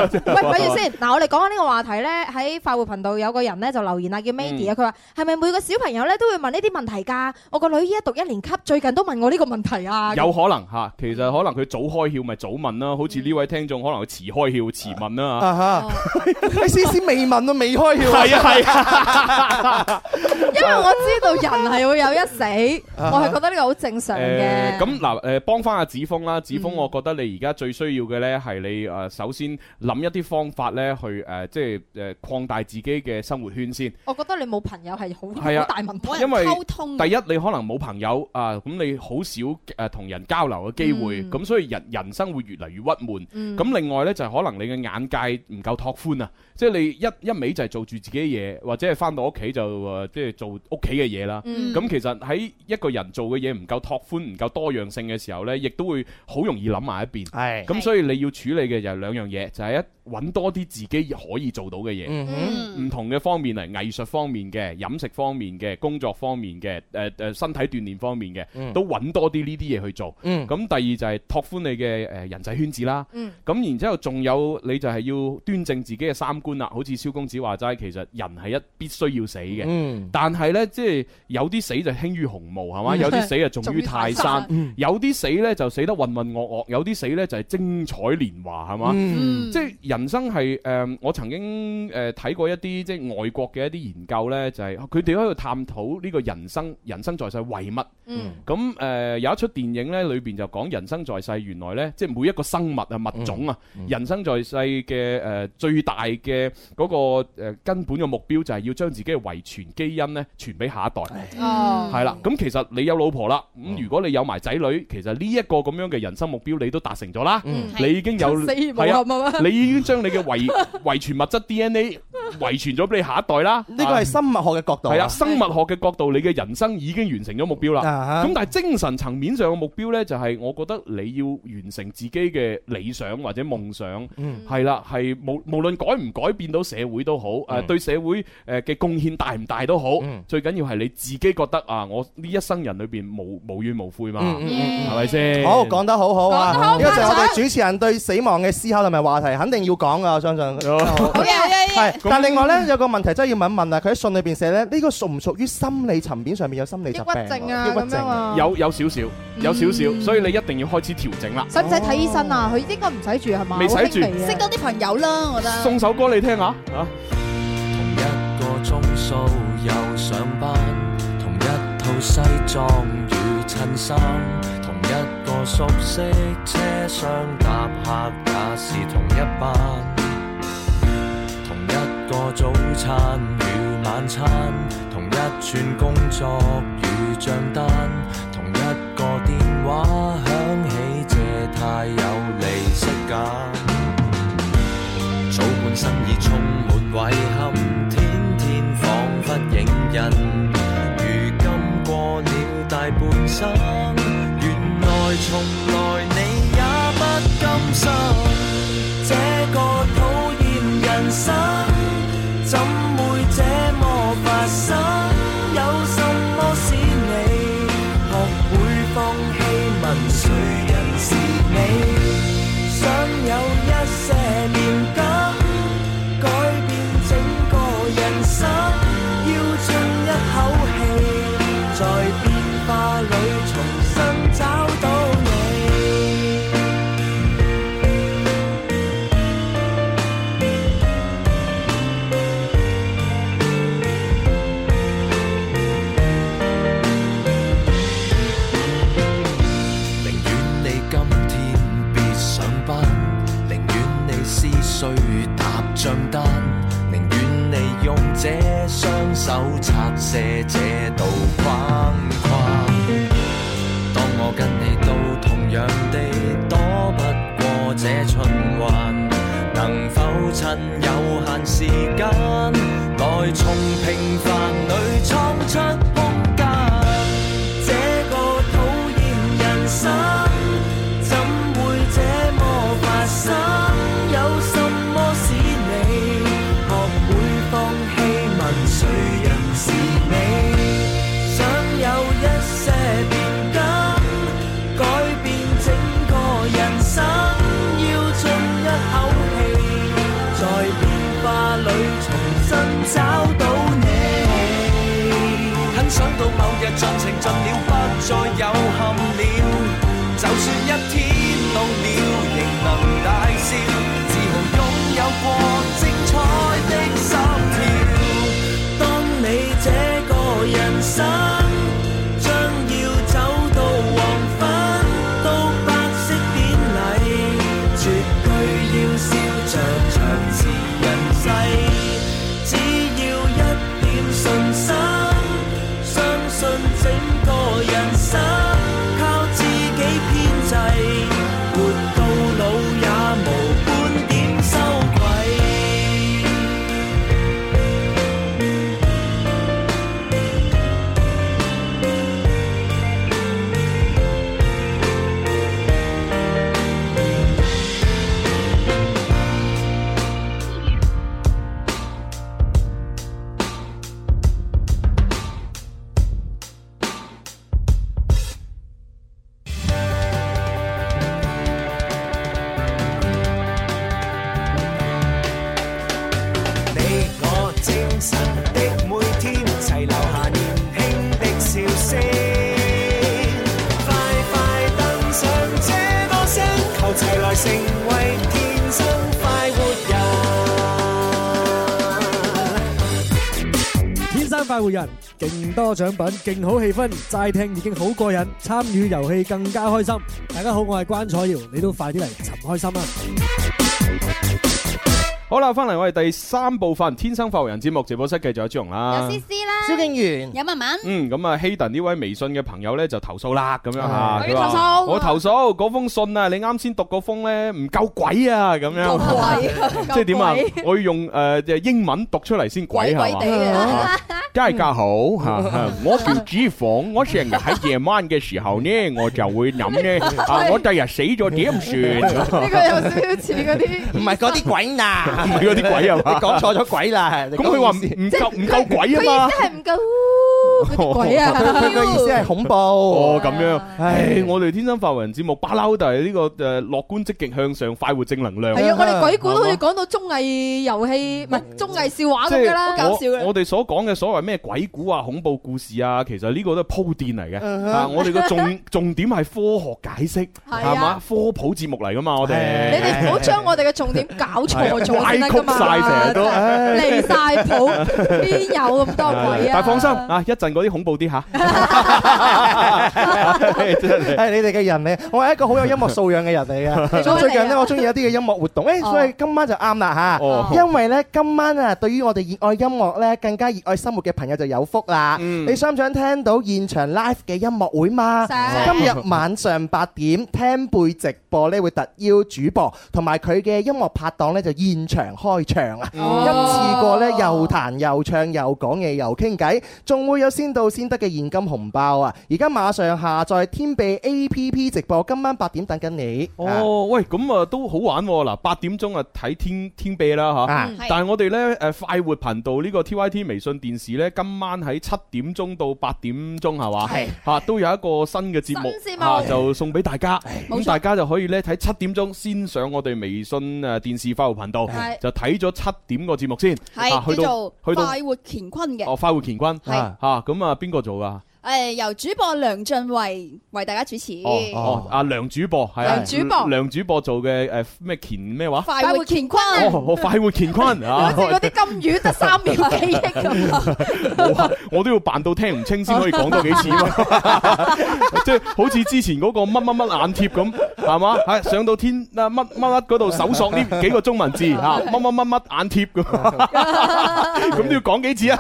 C: 呀！
E: 喂，咪住先，嗱，我哋講緊呢個話題咧，喺快活頻道有個人咧就留言啊，叫 Mandy 啊，佢話係咪每個小朋友咧都會問呢啲問題㗎？我個女依家讀一年級，最近都問我呢個問題啊。
C: 有可能嚇，其實可能佢早開竅咪早問啦，
E: 嗯
C: 好似呢位聽眾可能佢遲開竅遲問
D: 啊
C: 啦
D: 哈！ 你思思未問啊，未開竅
C: 哦係啊係
E: 因為我知道人係會有一死，
C: 啊
E: 我係覺得呢個好正 常嘅
C: 誒。
E: 嗯
C: 咁嗱誒，幫翻阿子峰啦，子峰，我覺得你而家最需要嘅呢係你誒首先諗一啲方法呢去誒即係誒擴大自己嘅生活圈先。
E: 我覺得你冇朋友係好
C: 係
E: 好
C: 啊
E: 大問題，
C: 因為
E: 嗯
C: 第一你可能冇朋友啊，咁你好少誒同人交流嘅機會，
E: 嗯
C: 咁所以人人生會越嚟越鬱悶。
E: 嗯
C: 咁另外呢，就係可能你嘅眼界唔夠拓寬啊，即係你一一味就係做住自己嘢，或者係翻到屋企就誒即係做屋企嘅嘢啦。
E: 嗯
C: 咁其實喺一個人做嘅嘢唔夠拓寬、唔夠多樣性嘅時候呢，亦都會好容易諗埋一邊。
D: 係
C: 咁，所以你要處理嘅就係兩樣嘢，就係一揾多啲自己可以做到嘅嘢，
A: 嗯哼
C: 唔同嘅方面嚟，藝術方面嘅、飲食方面嘅、工作方面嘅、誒誒身體鍛鍊方面嘅，
A: 嗯
C: 都揾多啲呢啲嘢去做。
A: 嗯
C: 咁第二就係拓寬你嘅誒人際圈子啦。
A: 嗯
C: 咁然之後仲有你就係要端正自己嘅三觀啦。好似蕭公子話齋，其實人係一必須要死嘅。
A: 嗯
C: 但係呢，即係有啲死就輕於鴻毛係嘛，
A: 嗯
C: 有啲死就重於泰山
A: 重於泰山，嗯
C: 有啲死呢就死得渾渾噩噩，有啲死呢就係精彩年華係嘛。
A: 嗯
C: 即係人生係誒、呃我曾經誒睇、過一啲即係外國嘅一啲研究呢，就係啊佢哋喺度探討呢個人生，人生在世為乜？
A: 嗯
C: 咁誒、呃有一出電影呢，裏邊就講人生在世，原來呢，即係每一個生物啊物種啊，人生在世嘅誒、呃最大嘅嗰、個、呃、根本嘅目標就係要將自己嘅遺傳基因呢傳俾下一代。
E: Ờ.
A: 哦
C: 係啦，咁其實你有老婆啦，咁如果你有埋仔女，其實呢一個咁樣嘅人生目標你都達成咗啦，
A: 嗯
C: 你已經有
A: 死而無
C: 係
A: 憾啊嘛
C: 啊， 你已經將你嘅 遺遺傳物質 DNA 遺傳咗俾你下一代啦。
D: 呢個係生物學嘅角度
C: 嗯
D: 啊。
C: 係啊，生物學嘅角度，你嘅人生已經完成咗目標
D: 啊
C: 啦。咁但係精神層面上嘅目標呢，就係我覺得你要完成自己嘅理想或者夢想
A: 嗯，
C: 係啦，係無無論改唔改變到社會都好，誒對社會誒嘅貢獻大唔大都
D: 嗯
C: 好，最緊要係你自己覺得啊，我呢一生人裏邊無無怨無悔嘛，
D: 嗯嗯嗯
C: 係咪先？
D: 好，講得好好
C: 講得
D: 啊！
C: 好
D: 呢個就係我
C: 拍
D: 哋
C: 手
D: 主持人對死亡嘅思考同埋話題，肯定要講噶，我相信。
C: 好
D: 係，但另外咧有個問題真係要問一問啊！佢喺信裏邊寫咧，呢個屬唔屬於心理層面上面有心理疾病？
E: 抑鬱症啊
D: 抑鬱
E: 咁樣啊
C: 有有少少，有少少，所以你一定要開始調整啦。
E: 使唔使睇醫生啊？佢應該唔使住係嘛？
C: 未使住
E: 識多啲朋友啦，我覺得
C: 送首歌你聽下啊！
N: 一個鐘數又上班，同一套西裝與襯衫，同一個熟悉車廂搭客也是同一班，同一個早餐與晚餐，同一串工作與帳單，同一個電話響起，這太有利息感。早半生已充滿遺憾，天天彷彿影印。如今過了大半生，原來從來你也不甘心。
A: 這個討厭人生，怎會這麼發生？有什麼使你學會放棄？問誰人是你？想有一些變更，改變整個人生，要盡一口氣，在變化裏重新找到你。
N: 寧願你今天別上班，寧願你思緒搭帳單，寧願你用這雙手拆卸這道框框。當我跟你都同樣地躲不過這循環，能否趁有限時間，來從平凡裏創出空間？
A: 這個討厭人生，怎會這麼發生？有什麼使你學會放棄？問誰人是你？想有一些變更，改變整個人生，要盡一口氣，在變化裏重新找到你。
N: 很想到某日盡情盡了，不再有憾了。就算一天老了，仍能大笑，自豪擁有過精彩的心跳。
A: 當你這個人生將要走到黃昏，到白色典禮，絕句要笑着唱是人世。只要一點信心，相信整個人
O: 生快活人，勁多獎品，勁好氣氛，齋聽已經好過癮，參與遊戲更加開心。大家好，我係關楚耀，你都快啲嚟尋開心啊啦！
C: 好啦，翻嚟我哋第三部分《天生發福人》節目直播室，繼續有朱容啦。
F: 思啦，
D: 蕭敬元，
F: 有文文，
C: 啊嗯，咁啊，Hayden 呢位微信嘅朋友咧就投訴啦，咁樣吓，
F: 佢
C: 佢
F: 要
C: 話
F: 投訴
C: 我投訴嗰封信啊，你啱先讀嗰封咧唔夠鬼啊，咁樣，
E: à?
C: 即係點啊？我要用誒即係英文讀出嚟先鬼係
F: 鬼地啊
C: 嘛？大家好嚇，我叫脂肪，我成日喺夜晚嘅時候呢，我就會諗咧，啊，我第日死咗點算？
E: 呢個有少少似嗰啲，
D: 唔係嗰啲 鬼啊，
C: 唔係嗰啲鬼啊嘛
D: 你講錯咗鬼啦。咁
C: 咁佢話唔唔夠唔夠鬼啊嘛
E: 佢意？思係唔夠嗰啲鬼啊！
D: 佢佢嘅意思係恐怖。
C: 哦，咁樣，唉， 我哋天生發人節目不嬲，但係呢個誒樂觀、積極向上、快活、正能量。
E: 係啊，我哋鬼故都好似
C: 係嘛
E: 講到綜藝遊戲，唔係綜藝笑話
C: 即
E: 咁噶啦，
C: 係我我哋所講嘅所謂咩鬼故啊、恐怖故事啊，其實呢個都係鋪墊嚟嘅。
E: 嗯哼
C: 啊，我哋嘅重 重點係科學解釋，
E: 係
C: 係
E: 啊
C: 嘛？科普節目嚟噶嘛，我
E: 你
C: 哋。
E: 哋唔好將我哋嘅重點搞錯咗先得㗎嘛，
C: 歪曲晒成日都唉
E: 離晒譜，邊有咁多鬼
C: 但係
E: 啊？
C: 放心啊，一陣嗰啲恐怖 啲吓。 真係
D: 係你哋嘅人嚟，我係一個好有音樂素養嘅人嚟嘅。咁最近呢，我中意一啲嘅音樂活動，誒，所以今晚就啱啦
C: 哦
D: 嚇。因為呢，今晚啊，對於我哋熱愛音樂呢，更加熱愛生活嘅朋友就有福啦。
C: 嗯
D: 你想唔想聽到現場 live 嘅音樂會嘛？
E: 想
D: 今日晚上八點，聽貝直播呢會特邀主播同埋佢嘅音樂拍檔呢，就現場開場
C: 嗯
D: 啊！
C: 哦
D: 一次過呢，又彈又唱又講嘢又傾偈，仲會有先到先得嘅現金紅包啊！而家馬上下載天幣 A P P 直播，今晚八點等緊你。
C: 哦，喂，咁啊都好玩喎！嗱，八點鐘啊睇天天秘啦
D: 啊
C: 嚇，但係我哋呢，誒快活頻道呢個 T Y T 微信電視呢，今晚喺七點鐘到八點鐘係嘛？
D: 係
C: 嚇都有一個新嘅節目
E: 新節目
C: 嚇就送俾大家，
E: 冇錯
C: 咁大家就可以呢，睇七點鐘先上我哋微信誒電視快活頻道
F: 係，
C: 就睇咗七點個節目先，啊
F: 係
C: 去
F: 叫
C: 到
F: 做
C: 去到
F: 快活乾坤嘅。
C: 哦快活乾坤
F: 係
C: 嚇咁啊邊個做㗎？
F: 誒，由主播梁俊慧為大家主持。
C: 哦哦，阿梁主播係啊
F: 梁主播
C: 梁主播做嘅誒咩乾咩話？
F: 快活乾坤，
C: 哦，我快活乾 坤啊！
E: 啲金魚得三秒記憶咁啊，
C: 我都要扮到聽唔清先可以講多幾次 嘛，即係好似之前嗰個乜乜乜眼貼咁，係嘛？係上到天啊乜乜乜嗰度搜索呢幾個中文字 啊，乜乜乜乜眼貼咁， 咁都要講幾次啊？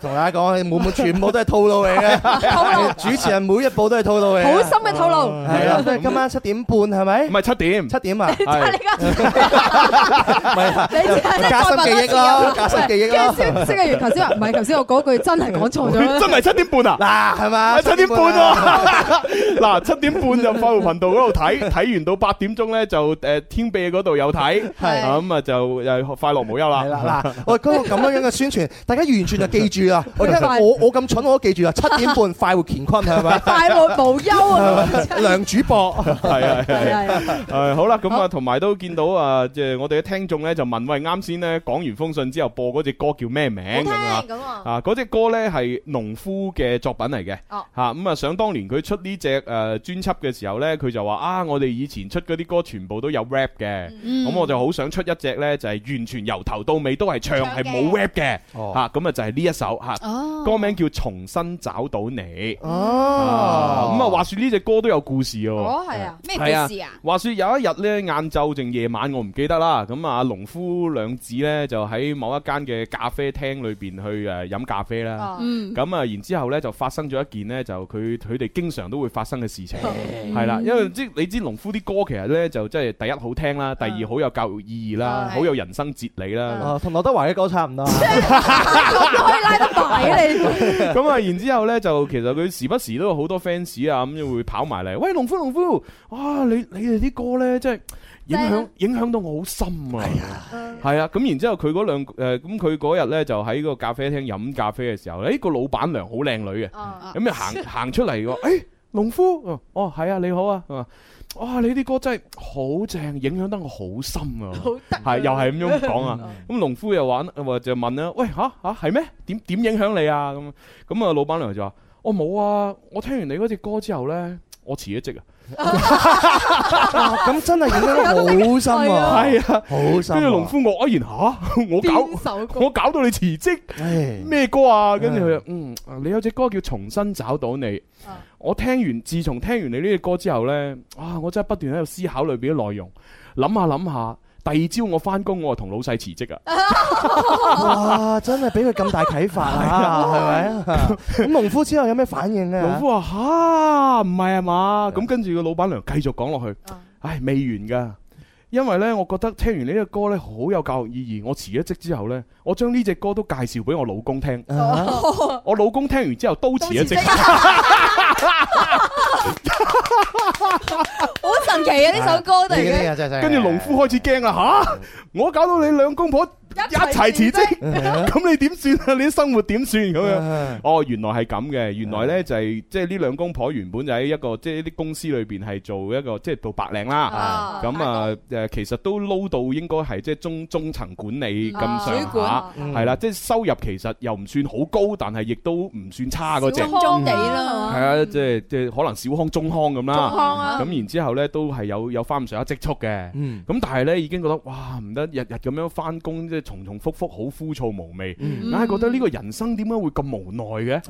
D: 同大家講，你滿滿全部都係套路嚟嘅，
E: 套路
D: 主持人每一步都係套路嚟嘅，
E: 好深嘅套路。
D: 係啦，都係今晚七點半係咪？
C: 啊
D: 唔
C: 係七點，
D: 七點 啊，
C: 係
D: 加深記憶咯，加深記憶咯。
E: 跟住蕭蕭敬元頭先話唔係，頭先我嗰句真係講錯咗啦。
C: 真係七點半啊！
D: 嗱，係嘛？
C: 七點半
D: 啊
C: 喎， 嗱七點半啊就快活頻道嗰度睇，睇完到八點鐘咧就誒天秘嗰度有睇，
D: 係
C: 咁啊就誒快樂無憂啦。
D: 嗱，我嗰個咁樣樣嘅宣傳，大家完全就記住 啦。我因為我我咁蠢，我都記住啊啦。七點半快活乾坤係 咪？
E: 快活無憂啊！
D: 梁主 播
C: 係啊係
E: 係
C: 啊，誒好啦，咁啊，同埋都見到啊，即係我哋嘅聽眾咧就問喂，啱先咧講完封信之後播嗰只歌叫咩名咁啊？啊，嗰只歌咧係農夫嘅作品嚟嘅，
E: 哦
C: 嚇咁啊，想當年佢出呢只誒專輯嘅時候咧，佢就話啊，我哋以前出嗰啲歌全部都有 rap 嘅，
K: 嗯
C: 咁我就好想出一隻咧就係完全由頭到尾都係唱係冇 rap 嘅，
D: 哦
C: 嚇咁啊就係呢一首嚇，
F: 哦
C: 歌名叫《重新找到你》。啊
D: 哦
C: 咁啊，話說呢只歌都有故事喎。
E: 哦係啊咩故事啊
C: 係話說有一日呢，晏晝定夜晚，我唔記得啦。咁啊，農夫兩子呢，就喺某一間嘅咖啡廳裏邊去誒飲咖啡
E: à?
C: 啦
K: 哦。嗯
C: 咁啊，然之後呢，就發生咗一件呢，就佢佢哋經常都會發生嘅事情，
K: 嗯
C: 係啦。因為即你知農夫啲歌其實呢，就即係第一好聽啦，第二好有教育意義啦，好有人生哲理啦。
D: 哦，同劉德華嘅歌差唔 多。
E: 埋啊你
C: 咁啊，然之後咧就其實佢時不時都有好多 fans 啊，咁就會跑埋嚟，喂，農夫農夫，哇，你你哋啲歌咧，真係影
K: 正
C: 響
K: 啊
C: 影響到我好深啊！係啊，咁然之後佢嗰兩誒，咁佢嗰日咧就喺個咖啡廳飲咖啡嘅時候，誒個老闆娘好靚女嘅，咁就 行行出嚟喎，誒農夫，哦係啊，你好啊，佢話哇你啲歌真係好正，影響得我好深啊！係又係咁樣講 啊！咁農夫又玩，或就問啦：喂吓吓係咩？點點影響你哦啊？咁咁啊，老闆娘就話：我冇啊！我聽完你嗰隻歌之後咧，我辭咗職啊！
D: 咁真係影響得好深 啊！
C: 係啊，
D: 好深啊
C: 跟住農夫岳安然吓，我搞我搞到你辭職，咩歌啊？跟住佢嗯，你有隻歌叫《重新找到你》。我聽完，自從聽完你呢隻歌之後呢，啊，我真係不斷喺度思考裏邊嘅內容，諗下諗下。第二朝我翻工，我就同老細辭職啊！
D: 哇！真係俾佢咁大啟發啊，係咪？咁農夫之後有咩反應啊？
C: 農夫話：吓，唔係啊嘛？咁跟住個老闆娘繼續講落去，唉，未完㗎。因為呢，我覺得聽完呢隻歌呢，好有教育意義。我辭咗職之後呢，我將呢隻歌都介紹俾我老公聽。
P: 哦
C: 我老公聽完之後都辭咗職。
F: 好神奇
D: Ờ.
F: 啊！呢首歌突然間
C: 跟住農夫開始驚啦吓，我搞到你兩公婆一齊辭職，咁你點算啊？ 你啲生活點算咁樣？哦，原來係咁嘅，原來呢就係即係呢兩公婆原本就喺一個即係啲公司裏邊係做一個即係做白領啦
F: Ờ.
P: 啊，
C: 咁啊誒其實都撈到應該係即係中中層管理
F: Ờ.
C: 咁
P: 啊
C: 上
P: 主管
C: 下，係啦，即係收入其實又唔算好高，但係亦都唔算差嗰只，
F: 中中地啦
C: 係啊，即係即係可能小康中康咁啦，
F: 中康
E: à.
F: 啊
C: 咁然之後咧都係有有翻咁上下積蓄嘅，咁但係咧已經覺得哇唔得，日日咁樣翻工即係重重複複，好枯燥無味，
F: Ừ. 嗯
C: 硬係覺得呢個人生點解會咁無奈嘅？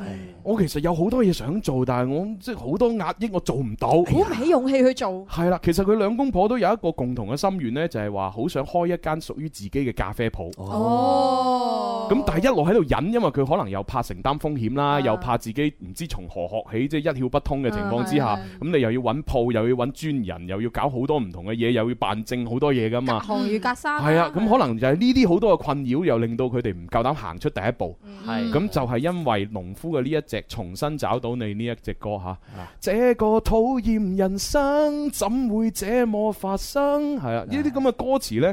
C: 我其實有好多嘢想做，但係我即係好多壓抑，我做唔到。
E: 鼓唔起勇氣去做。
C: 係啦，其實佢兩公婆都有一個共同嘅心願呢，就係話好想開一間屬於自己嘅咖啡鋪。
E: 哦，
C: 咁但係一路喺度忍，因為佢可能又怕承擔風險啦，又怕自己唔知從何學起，即係一竅不通嘅情況之下，
E: 啊
C: 咁你又要揾鋪，又要揾專人，又要搞好多唔同嘅嘢，又要辦證好多嘢噶嘛。
E: 行如隔山。
C: 係啊，咁可能就係呢啲好多嘅困擾，又令到佢哋唔夠膽行出第一步。
E: 係
C: 咁就係因為農夫嘅呢一隻重新找到你呢一隻歌吓，這個討厭人生怎會這麼發生？係啊，呢啲咁嘅歌詞呢。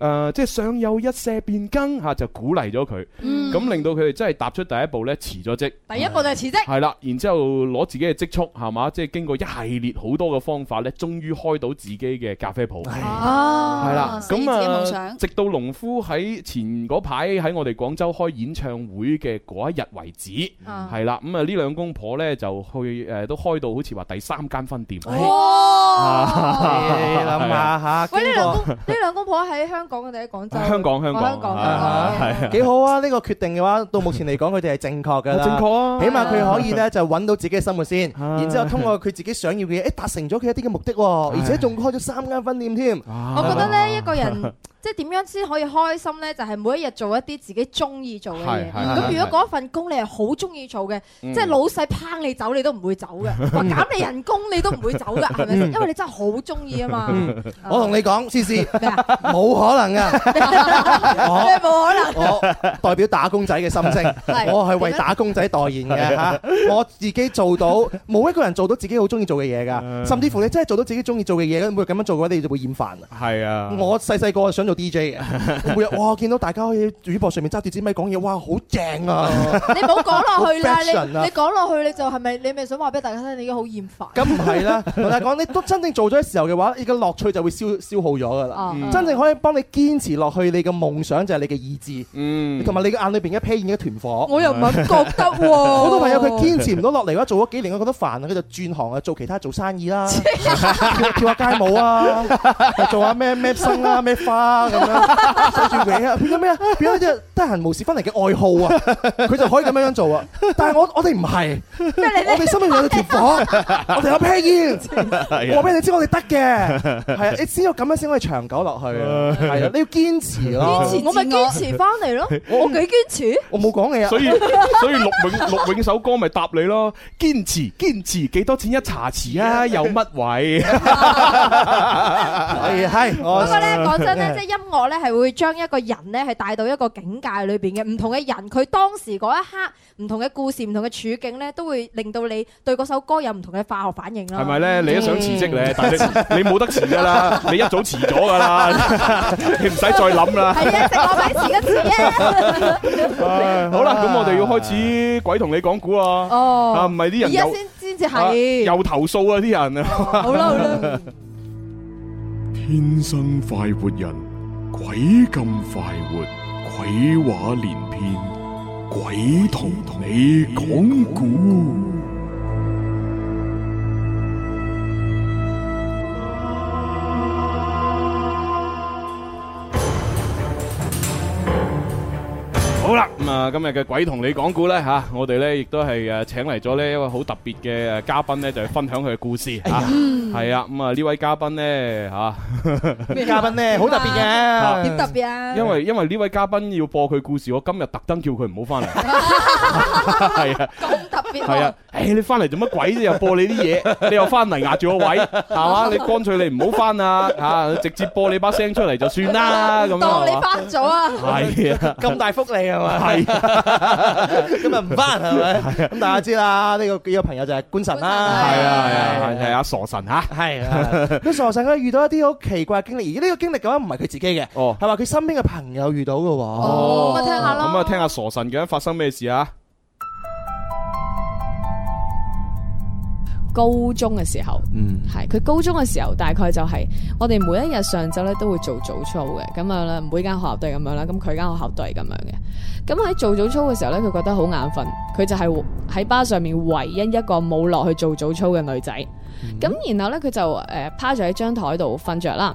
C: 誒、即係上有一瀉變更嚇，就鼓勵咗佢，咁、
F: Ừ.
E: 嗯
C: 令到佢哋真係踏出第一步咧，辭咗職。
E: 第一步就係辭職
C: 係啦，然之後攞自己嘅積蓄係嘛，即係經過一系列好多嘅方法咧，終於開到自己嘅咖啡鋪。
F: 哦
C: 係啦，
F: 實現
C: 咁
F: 自己夢
C: 啊，
F: 想
C: 直到農夫喺前嗰排喺我哋廣州開演唱會嘅嗰一日為止，
P: 嗯
C: 係啦，咁啊呢兩公婆呢，就去誒都開到好似話第三間分店。
E: 哦 哇
D: 你諗下嚇
E: 喂，呢
D: 經過
E: 兩公 呢兩公婆喺香港定喺廣州？
C: 啊香港香港
E: 哦香港。
C: 啊係啊
D: 幾好啊！呢個決定嘅話，到目前嚟講，佢哋係正確嘅啦。
C: 正確啊
D: 起碼佢可以咧 就揾到自己嘅生活先，然之後通過佢自己想要嘅嘢，誒達成咗佢一啲嘅目的喎，而且仲開咗三間分店添。
E: 我
D: 我
E: 覺得咧，一 個人即係點樣先可以開心咧，就係每一日做一啲自己中意做嘅
D: 係
E: 嘢。
D: 係
E: 咁
D: 係
E: 如果嗰份工你係好中意做嘅，
C: 嗯
E: 即係老細拚你走，你都唔會走 嘅；話減你人工，你都唔會走㗎，係咪先？
D: 嗯
E: 因為你真係好中意啊嘛。
D: 嗯我同你講，思思冇可能噶，
E: 咩冇可能？
D: 我代表打工仔嘅心聲，
E: 係
D: 我係為打工仔代言嘅嚇。我自己做到，冇一個人做到自己好中意做嘅嘢
E: 嗯
D: 㗎，甚至乎你真係做到自己中意做嘅嘢，每日咁樣做嘅話，你就會厭煩。
C: 係
E: 嗯
C: 啊，
D: 我細細個係想做 DJ 嘅，每日哇見到大家喺主播上面揸住支咪講嘢，哇好正啊！
E: 你唔好講落去啦，
D: 好
E: 你
D: fashion 啊
E: 你講落去你就係咪你咪想話俾大家聽，你已經好厭煩。
D: 咁唔係啦，同大家講，你都真正做咗嘅時候嘅話，你嘅樂趣就會消消耗咗㗎啦
E: 哦。嗯
D: 真正可以幫你堅持落去，你嘅夢想就係你嘅意志，
C: 嗯
E: 嗯
D: 同埋你嘅眼裏邊一披現嘅團火。
E: 我又唔係咁覺得喎
D: 好多朋友佢堅持唔到落嚟嘅話，做咗幾年，佢覺得煩啊，佢就轉行啊，做其他做生意啦，跳跳下街舞啊，做下咩咩生啊，咩花啊咁樣，細住尾啊，變咗咩啊？變咗只得閒無事翻嚟嘅愛好啊，佢就可以咁樣樣做啊。但係我我哋唔係，我哋心裏面有條火，我哋有 p 煙。
C: 係
D: 我俾你知我哋得嘅，係啊，你只有咁樣先可以長久落去啊，係啊，你要堅持咯，
E: 堅持我咪堅持翻嚟咯， 我幾堅持。
D: 我冇講你啊，
C: 所以 所以陸永陸永首歌咪答你咯，堅持堅持幾多錢一茶匙 啊？有乜位？
D: 係係我
E: 不過咧，講 真咧，即係音樂咧係會將一個人咧係帶到一個境界裏邊嘅，唔同嘅人佢當時嗰一刻唔同嘅故事、唔同嘅處境咧，都會令到你對嗰首歌有唔同嘅化學反應啦。
C: 係咪咧？你一想辭職
E: 嗯
C: 咧，但係你你冇得辭噶 啦，你一早辭咗噶啦， 你唔使再諗啦。
E: 係啊，食我米時嘅詞 啊！
C: 唉好啦，咁我哋要開始鬼同你講故啊！
E: 哦
C: 啊，唔係啲人
E: 而家
C: 又
E: 先先至
C: 啊
E: 係
C: 又投訴啊！啲人好
E: 啦好
C: 啦，
Q: 天生快活人，鬼咁快活，鬼話連篇，鬼同你講故。
C: 啊，今日嘅鬼同你講故咧吓，我哋咧亦都係诶請嚟咗呢一位好特別嘅诶嘉賓咧，就係分享佢嘅故事吓，
E: 嗯
C: 係啊，咁啊呢位嘉賓咧吓，
D: 嘉賓咧好特別嘅，嗯
E: 點特別啊？
C: 因為因为呢位嘉賓要播佢故事，我今日特登叫佢唔好翻 嚟，係啊。
E: 特 別
C: 係啊，誒你翻嚟做乜鬼啫？又播你啲嘢，你又翻嚟壓住個位，係 嘛？你乾脆你唔好翻啊！嚇，直接播你把聲出嚟就算啦，咁樣
E: 當你
C: 係嘛
E: 翻咗啊！
C: 係啊，
D: 咁大福利係嘛？
C: 係啊
D: 今日唔翻係咪？咁大家知啦，呢個呢個朋友就係官神啦，
C: 係啊係啊係啊，傻神嚇，
D: 係啊。咁傻神佢遇到一啲好奇怪嘅經歷，而呢個經歷嘅話唔係佢自己嘅，
C: 哦
D: 係話佢身邊嘅朋友遇到嘅喎。
C: 哦
D: 咁啊聽下咯
C: 咁啊，聽下傻神嘅發生咩事啊？
R: 高中嘅時候，
C: 嗯，
R: 係佢高中嘅時候，大概就係我哋每一日上晝咧都會做早操嘅，咁樣啦，每間學校都係咁樣啦，咁佢間學校都係咁樣嘅。咁喺做早操嘅時候咧，佢覺得好眼瞓，佢就係喺巴上面唯一一個冇落去做早操嘅女仔。咁、然後咧，佢就誒、呃趴咗喺張台度瞓着啦。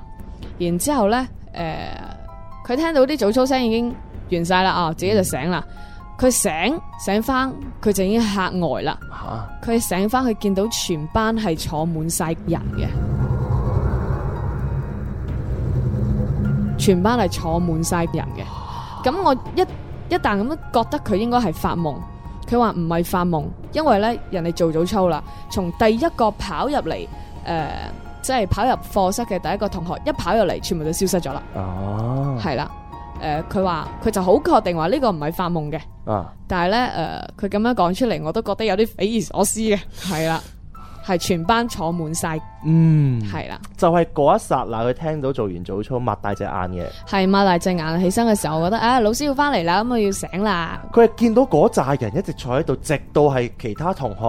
R: 然之後咧，誒、佢聽到啲早操聲已經完晒啦，啊，自己就醒啦。佢醒醒翻，佢就已經嚇呆啦。佢醒翻，佢見到全班係坐滿晒人嘅，全班係坐滿晒人嘅。咁我一一旦咁樣覺得佢應該係發夢，佢話唔係發夢，因為呢人哋做早操啦，從第一個跑入嚟，誒、即係跑入課室嘅第一個同學一跑入嚟，全部都消失咗啦，
D: 哦
R: 係啦。誒、佢話佢就好確定話呢個唔係發夢嘅。
D: 啊，
R: 但係咧誒，佢、咁樣講出嚟，我都覺得有啲匪夷所思嘅，係啦，係全班坐滿晒，
D: 嗯，
R: 係啦，
D: 就係嗰一剎那，佢聽到做完早操，擘大隻眼嘅。
R: 係擘大隻眼起身嘅時候，我覺得啊，老師要翻嚟啦，咁我要醒啦，
D: 佢係見到嗰扎人一直坐喺度，直到係其他同學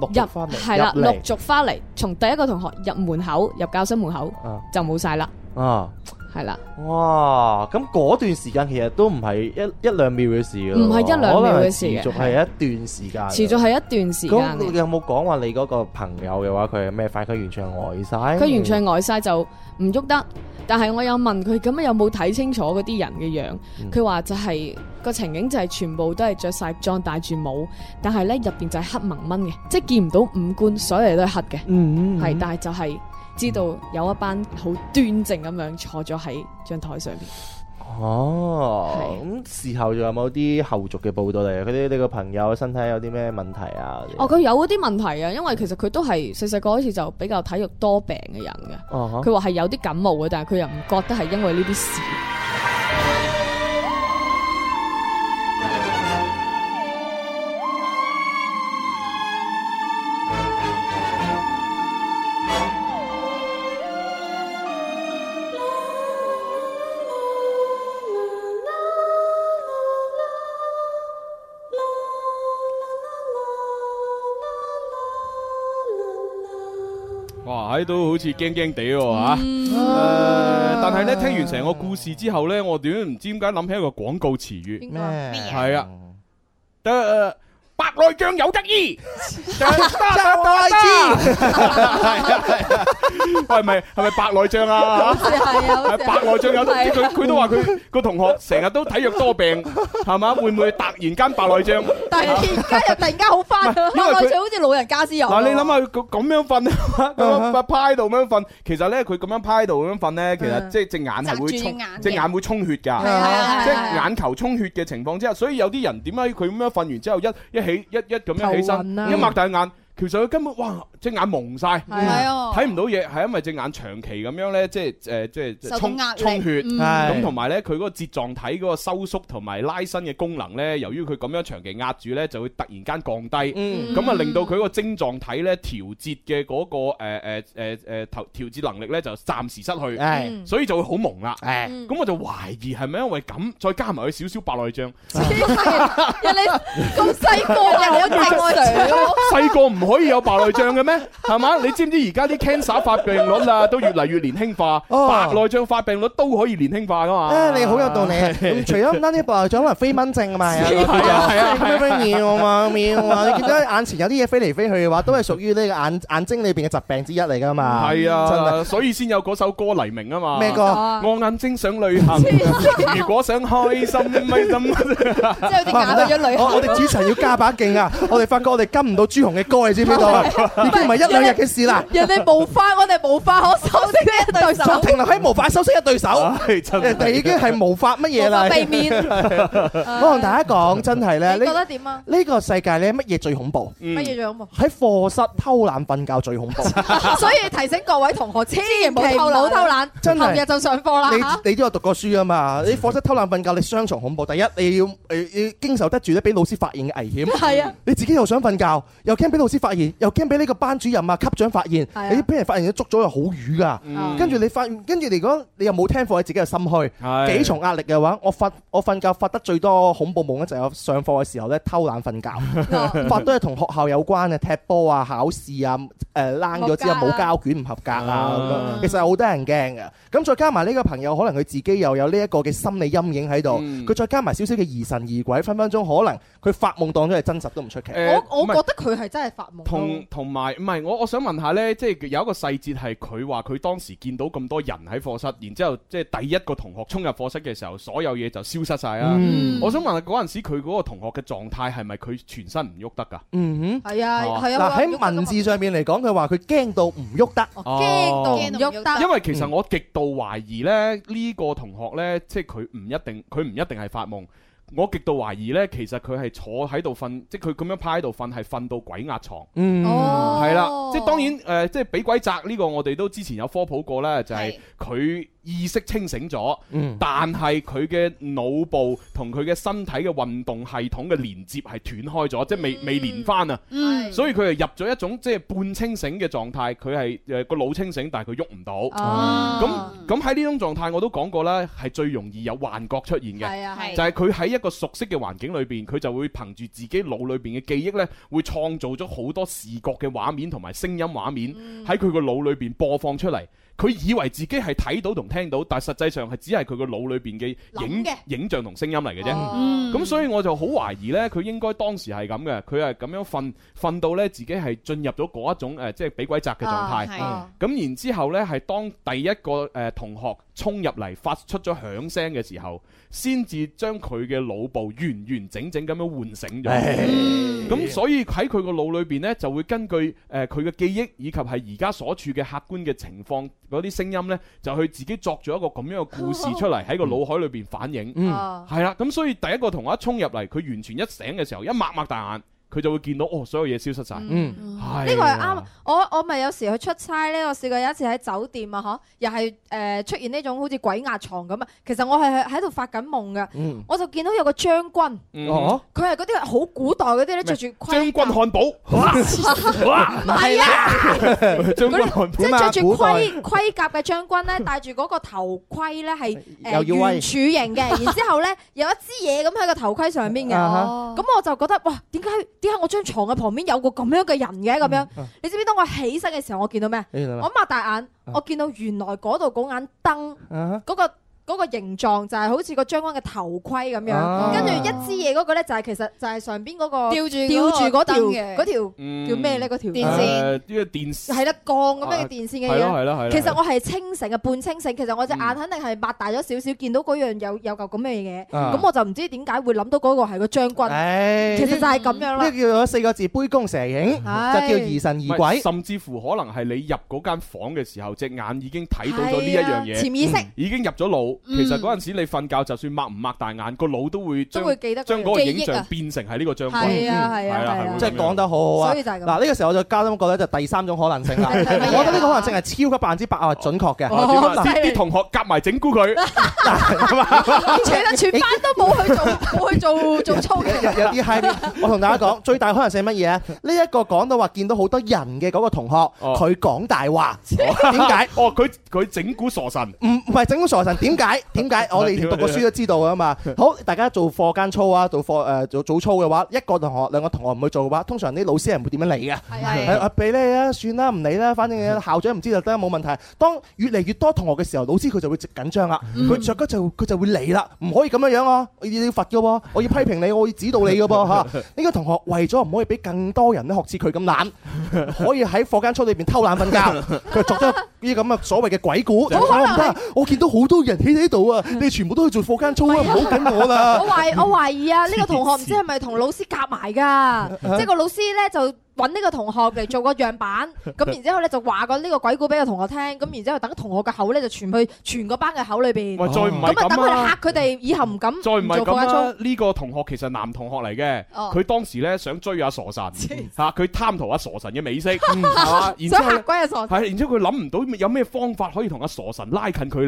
D: 陸
R: 入
D: 續翻嚟，
R: 係啦，
D: 入嚟
R: 陸續翻嚟，從第一個同學入門口，入教室門口、
D: 啊
R: 就冇晒啦，
D: 啊！
R: 係啦，
D: 哇！咁嗰段時間其實都唔係一一兩秒嘅事㗎喎
R: 唔係一兩秒嘅事嘅
D: 可能係持續係一段時間。
R: 持續係一段時
D: 咁
R: 間
D: 你
R: 嘅。
D: 有冇講話你嗰個朋友嘅話，佢係咩反應？佢完全係呆晒。
R: 佢完全呆晒就唔喐得，但係我有問佢咁有冇睇清楚嗰啲人嘅樣，
D: 嗯
R: 佢話就係、個情景就係全部都係着晒裝戴住帽，但係咧入邊就係黑蒙蒙嘅，即係見唔到五官，所有嘢都係黑嘅，係、
D: 嗯嗯
R: 但係就係知道有一班好端正咁樣坐咗喺張台上邊，
D: 哦。咁事後仲有冇啲後續嘅報道嚟？佢啲你個朋友身體有啲咩問題啊？
R: 哦，佢有嗰啲問題啊，因為其實佢都係細細個開始就比較體弱多病嘅人嘅。
D: 哦哈
R: 佢話係有啲感冒嘅，但係佢又唔覺得係因為呢啲事。
C: 哇，喺都好似驚驚地喎嚇。誒但係咧，聽完成個故事之後咧，我點唔知點解諗起一個廣告詞語。
D: 咩嘢
C: 係啊，得白內障有得醫，得啊
D: 得得知。
C: 喂，係咪係咪白內障啊？
A: 好似係啊好似係
C: 白內障有得
A: 係啊
C: 佢佢都話佢個同學成日都體弱多病，係嘛？會唔會突然間白內障？
E: 突然間又突然間好翻，
C: 因為佢
E: 我女仔好似老人家之友。
C: 嗱，你諗下佢咁樣瞓，咁樣趴喺度咁樣瞓，其實咧佢咁樣趴喺度咁樣瞓咧，其實即係隻眼係會
E: 擲住隻
C: 充
E: 眼嘅
C: 隻眼會充血㗎
E: 係啊係啊，
C: 即係
E: 係啊係啊
C: 眼球充血嘅情況之下，所以有啲人點解佢咁樣瞓完之後一一起一一咁樣起
E: 頭
C: 身，
E: 暈啊
C: 一擘大眼。其實佢根本哇，隻眼蒙晒，
E: 係啊
C: 睇唔到嘢，係因為隻眼長期咁樣咧，即係誒，即
E: 受到
C: 係充
E: 壓力
C: 充血，
F: Ừ.
E: 嗯
C: 咁同埋咧，佢嗰個睫狀體嗰個收縮同埋拉伸嘅功能咧，由於佢咁樣長期壓住咧，就會突然間降低，
D: 嗯
C: 咁啊令到佢個晶狀體咧調節嘅嗰個誒誒誒誒調調節能力咧就暫時失去，
D: 係
C: 所以就會好蒙啦。
D: 嗯
C: 咁我就懷疑係咪因為咁，再加埋佢少少白內障。
E: 人哋咁細個，人哋有白內障。
C: 細個唔唔可以有白內障嘅咩？ 係嘛？你知唔知而家啲 cancer 發病率啊都越嚟越年輕化，
D: 哦
C: 白內障發病率都可以年輕化噶 嘛？
D: 啊，你好有道理。咁除咗唔單止白內障，可能飛蚊症 啊嘛，係
C: 係啊係啊係 啊
D: 咩咩尿 啊喵啊，你見到眼前有啲嘢飛嚟飛去嘅話，都係屬於呢個眼眼睛裏邊嘅疾病之一嚟㗎嘛。
C: 係
D: 真係
C: 啊，所以先有嗰首歌黎明啊嘛。
D: 咩歌
R: 哦
C: 我眼睛想旅行，如果想開心，咪咁。
D: 即係有啲啞咗旅行。我我哋主持人要加把勁啊！我哋發覺我哋跟唔到朱紅嘅歌，你知唔知道啊？已經唔係一兩日嘅事啦。
E: 人哋無法，我哋無法可收拾呢一對手。
D: 就停留喺無法收息嘅對 手，人哋已經係無法乜嘢啦，
E: 無法 避免
D: 我同大家講，真係咧，
E: 啊你覺
D: 呢
E: 得點啊？
D: 呢個世界咧，乜嘢最恐怖？
E: 乜 嘢最恐怖？
D: 喺課室偷懶瞓覺最恐怖。
E: 所以提醒各位同學，千祈唔好偷懶，
D: 真
E: 後
D: 係
E: 日就上課啦
D: 你你都有讀過書啊
E: 嗯
D: 嘛？你課室偷懶瞓覺，你雙重恐怖。第一，你要誒要經受得住咧，俾老師發現嘅危險。
E: 係啊，
D: 你自己又想瞓覺，又驚俾老師發現，又驚俾呢個班主任啊、級長發現
E: 係啊，
D: 你俾人發現咗捉咗又好瘀㗎。
E: 嗯
D: 跟住你發現，跟住嚟講，你又冇聽課，你自己又心虛，
C: 係
D: 幾重壓力嘅話，我瞓我瞓覺發得最多恐怖夢咧，就係我上課嘅時候咧偷懶瞓
F: Ờ.
D: 覺，發都係同學校有關嘅，踢波啊、考試啊、誒躝咗之後冇交卷唔合格啊咁樣
C: 啊。
D: 其實係好得人驚嘅。咁再加埋呢個朋友，可能佢自己又有呢一個嘅心理陰影喺度，
E: 嗯
D: 佢 再加埋少少嘅疑神疑鬼，分分鐘可能佢發夢當咗係真實都唔出奇。
C: 誒
E: 我我
C: 唔係
E: 覺得佢係真係發夢咯。
C: 同同埋唔係我我想問下呢，即係有一個細節係佢話佢當時見到咁多人喺課室，然之後即係第一個同學衝入課室嘅時候，所有嘢就消失晒啦。啊
D: 嗯
C: 我想問下嗰陣時佢嗰個同學嘅狀態係咪佢全身唔喐得㗎？
D: 嗯哼，
E: 係啊
C: 哦
E: 係啊，
D: 嗱喺文字上面嚟講，佢話佢驚到唔喐得，
C: 哦
E: 驚到唔喐
F: 啊
E: 得
C: 因為其實我極度懷疑咧，呢個同學呢，即係佢唔一定，佢唔一定係發夢。我極度懷疑呢，其實佢係坐喺度瞓，即係佢咁樣趴喺度瞓，係瞓到鬼壓床。
D: 嗯
F: 哦
C: 係啦，即係當然誒、呃即係俾鬼砸呢個，我哋都之前有科普過啦，就係、佢意識清醒咗，
F: 嗯
C: 但係佢嘅腦部同佢嘅身體嘅運動系統嘅連接係斷開咗，即係未未連翻啊。
F: 嗯
C: 所以佢係入咗一種即係半清醒嘅狀態，佢係誒個腦清醒，但係佢喐唔到。
E: 啊
F: 哦
C: 咁咁喺呢種狀態，我都講過啦，係最容易有幻覺出現
F: 係啊
C: 嘅，
F: 係
C: 就係佢喺一個熟悉嘅環境裏邊，佢就會憑住自己腦裏邊嘅記憶呢，會創造咗好多視覺嘅畫面同埋聲音畫面
F: 嗯
C: 喺佢個腦裏邊播放出嚟。佢以為自己係睇到同聽到，但係實際上係只係佢個腦裏邊嘅影
F: 諗嘅
C: 影像同聲音嚟嘅啫。
E: 哦
F: 嗯
C: 咁所以我就好懷疑呢，佢應該當時係咁嘅，佢係咁樣瞓瞓到呢，自己係進入咗嗰一種誒、呃即係俾鬼砸嘅狀態。
F: 啊
C: 咁然之後呢，係當第一個誒、呃同學衝入嚟，發出咗響聲嘅時候，先至將佢嘅腦部完完整整咁樣喚醒咗。咁所以喺佢個腦裏邊呢，就會根據誒佢嘅記憶以及係而家所處嘅客觀嘅情況嗰啲聲音呢，就去自己作咗一個咁樣嘅故事出嚟喺個腦海裏邊反映。
F: 嗯
E: 啊哦
C: 係啦，咁所以第一個同學一衝入嚟，佢完全一醒嘅時候，一擘擘大眼，佢就會見到哦，所有嘢消失晒。
D: 嗯，
C: 呢
E: 呢個係啱。我我咪有時去出差咧，我試過有一次喺酒店啊，嗬，又係誒出現呢種好似鬼壓床咁啊。其實我係喺度發緊夢嘅
C: 嗯，
E: 我就見到有個將軍，
C: 嗯哦
E: 佢係嗰啲好古代嗰啲咧，着住盔甲
C: 將軍漢堡，哇哇
E: 唔係啊，
C: 將軍漢堡
E: 即係着住盔盔甲嘅將軍咧，戴住嗰個頭盔咧係誒
C: 又要威
E: 呃圓柱形 嘅，然之後咧有一支嘢咁喺個頭盔上邊嘅，
F: 啊哈
E: 咁我就覺得哇，點解點解我張床嘅旁邊有個咁樣嘅人嘅咁樣？你知唔知當我起身嘅時候，我見到咩？
D: 哎
F: 你見到咩
E: 我擘大眼，我見到原來嗰度嗰眼燈
F: 啊
E: 嗰個。嗰個形狀就係好似個將軍嘅頭盔咁樣，
F: 啊
E: 跟住一支嘢嗰個咧就係其實就係上邊嗰個
S: 吊住嗰
E: 吊住
S: 個
E: 嗰條
S: 燈嘅
E: 嗰條
C: 嗯
E: 叫咩咧？嗰條啊
C: 誒呢個電視
E: 係啦，鋼咁樣
C: 啊
E: 嘅電線嘅
C: 係
E: 嘢
C: 咯係咯係
E: 啦。
C: 咯
E: 其
C: 係
E: 實
C: 咯
E: 我係清醒嘅，半清醒。其實我隻眼肯定係擘大咗少少，見到嗰樣有有嚿咁嘅嘢，
D: 啊
E: 咁我就唔知點解會諗到嗰個係個將軍。
D: 唉
E: 其實就係咁樣
D: 哎呢
E: 啦。
D: 叫做四個字杯弓蛇影，就
E: 唉
D: 叫疑神疑
C: 唔
D: 鬼
C: 係。甚至乎可能係你入嗰間房嘅時候，隻眼已經睇到咗呢一樣
E: 係
C: 嘢，
E: 啊潛意識
C: 嗯已經入咗腦。
E: 嗯
C: 其實嗰陣時你瞓覺，就算擘唔擘大眼，個腦都會將
E: 都會記得嗰樣
C: 將嗰個
E: 記憶
C: 影
E: 啊
C: 像變成係呢個將軍。
E: 係啊
C: 嗯
E: 係啊係啊
C: 會
D: 即係
C: 咁樣
D: 講得好好啊！
E: 所以就係咁
D: 嗱，呢個時候我就加多覺得就第三種可能性啦。我覺得呢個可能性係超級百分之百啊準確嘅。
C: 哦點啊
D: 嗱
C: 啲啲同學夾埋整蠱佢，
E: 全啦，全班都冇去做，冇去做做操嘅。
D: 有有啲 high 啲 我同大家講，最大可能性係乜嘢啊？呢一個講到話見到好多人嘅嗰個同學， 佢講大話，點解？
C: 哦，佢佢整蠱傻神。啊
D: 唔唔係整蠱傻神，點解？解？點解？我哋讀過書都知道噶嘛。好，大家做課間操啊，做課誒做早操嘅話，一個同學兩個同學唔去做嘅話，通常啲老師係唔會點樣理嘅。
G: 係
D: 係啊俾你啊，算啦，唔理啦，反
E: 嗯
D: 正校長唔知就得，冇問題。當越嚟越多同學嘅時候，老師佢就會緊張啦，
E: 嗯
D: 佢着急就佢就會理啦，唔可以咁樣樣啊！你要罰嘅喎，我要批評你，我要指導你嘅噃嚇。呢個同學為咗唔可以俾更多人咧學似佢咁懶，可以喺課間操裏邊偷懶瞓覺，佢作咗呢啲咁嘅所謂嘅鬼故。就
E: 好可
D: 話
E: 能
D: 我唔得，我見到好多人喺呢度啊，你哋全部都去做課間操啊，唔好緊我啦。
E: 我懷我懷疑啊，呢個同學唔知係咪同老師夾埋 㗎，即係個老師咧就揾呢個同學嚟做個樣板，咁然之後咧就話個呢個鬼故俾個同學聽，咁然之後等同學嘅口咧就傳去全個班嘅口裏邊，
C: 喂再唔
D: 哦
C: 係
E: 咁
C: 咁
E: 啊等佢哋
C: 啊
E: 嚇佢哋以後唔敢
C: 再唔係
E: 做
C: 咁
E: 課間操
C: 啦，。呢個同學其實男同學嚟嘅，
E: 哦
C: 佢當時咧想追阿傻神嚇，佢貪圖阿傻神嘅美 色，嗯係嘛？然之
E: 想
C: 後
E: 嚇
C: 呢
E: 鬼阿傻
C: 係，然之後佢諗唔到有咩方法可以同阿傻神拉近距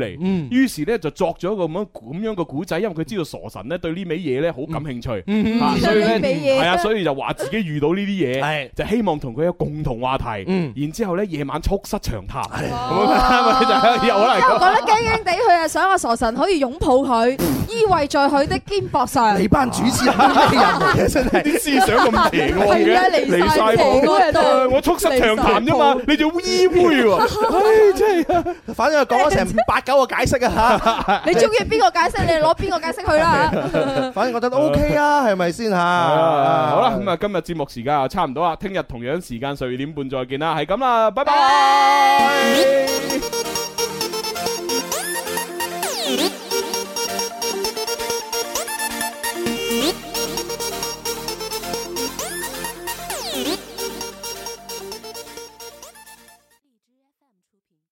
C: 離，
D: 嗯
C: 於是咧就作咗一個咁樣咁樣嘅古仔，因為佢知道傻神咧對呢味嘢咧好感興趣，
D: 嗯
C: 啊
D: 嗯
C: 所以
D: 對呢味
C: 咧
D: 嘢
C: 係 啊，所以就話自己遇到呢啲嘢，就希望同佢有共同話題，然之後咧夜晚促膝長談，咁 樣就有可能
E: 因為我
C: 咁。
E: 覺得驚驚地，佢係想阿傻神可以擁抱佢，依偎在佢的肩 膊上。
D: 你班主持人啲咩人嚟嘅真係
C: 啲思想咁奇怪
E: 係啊
C: 嘅，
E: 離晒
C: 離晒
E: 譜啊
C: 譜
E: 嗰度
C: 誒我促膝長談啫嘛，你仲依偎 喎，唉真係，
D: 反正講咗成八九個解釋啊嚇。
E: 你中意邊個解釋，你就攞邊個解釋佢 啦。
D: 反正覺得 OK 啊，係咪先嚇？
C: 啊好啦，咁啊，今日節目啊時間又差唔多啦，聽日同樣時間十二點半再見啦，係咁啦，拜拜。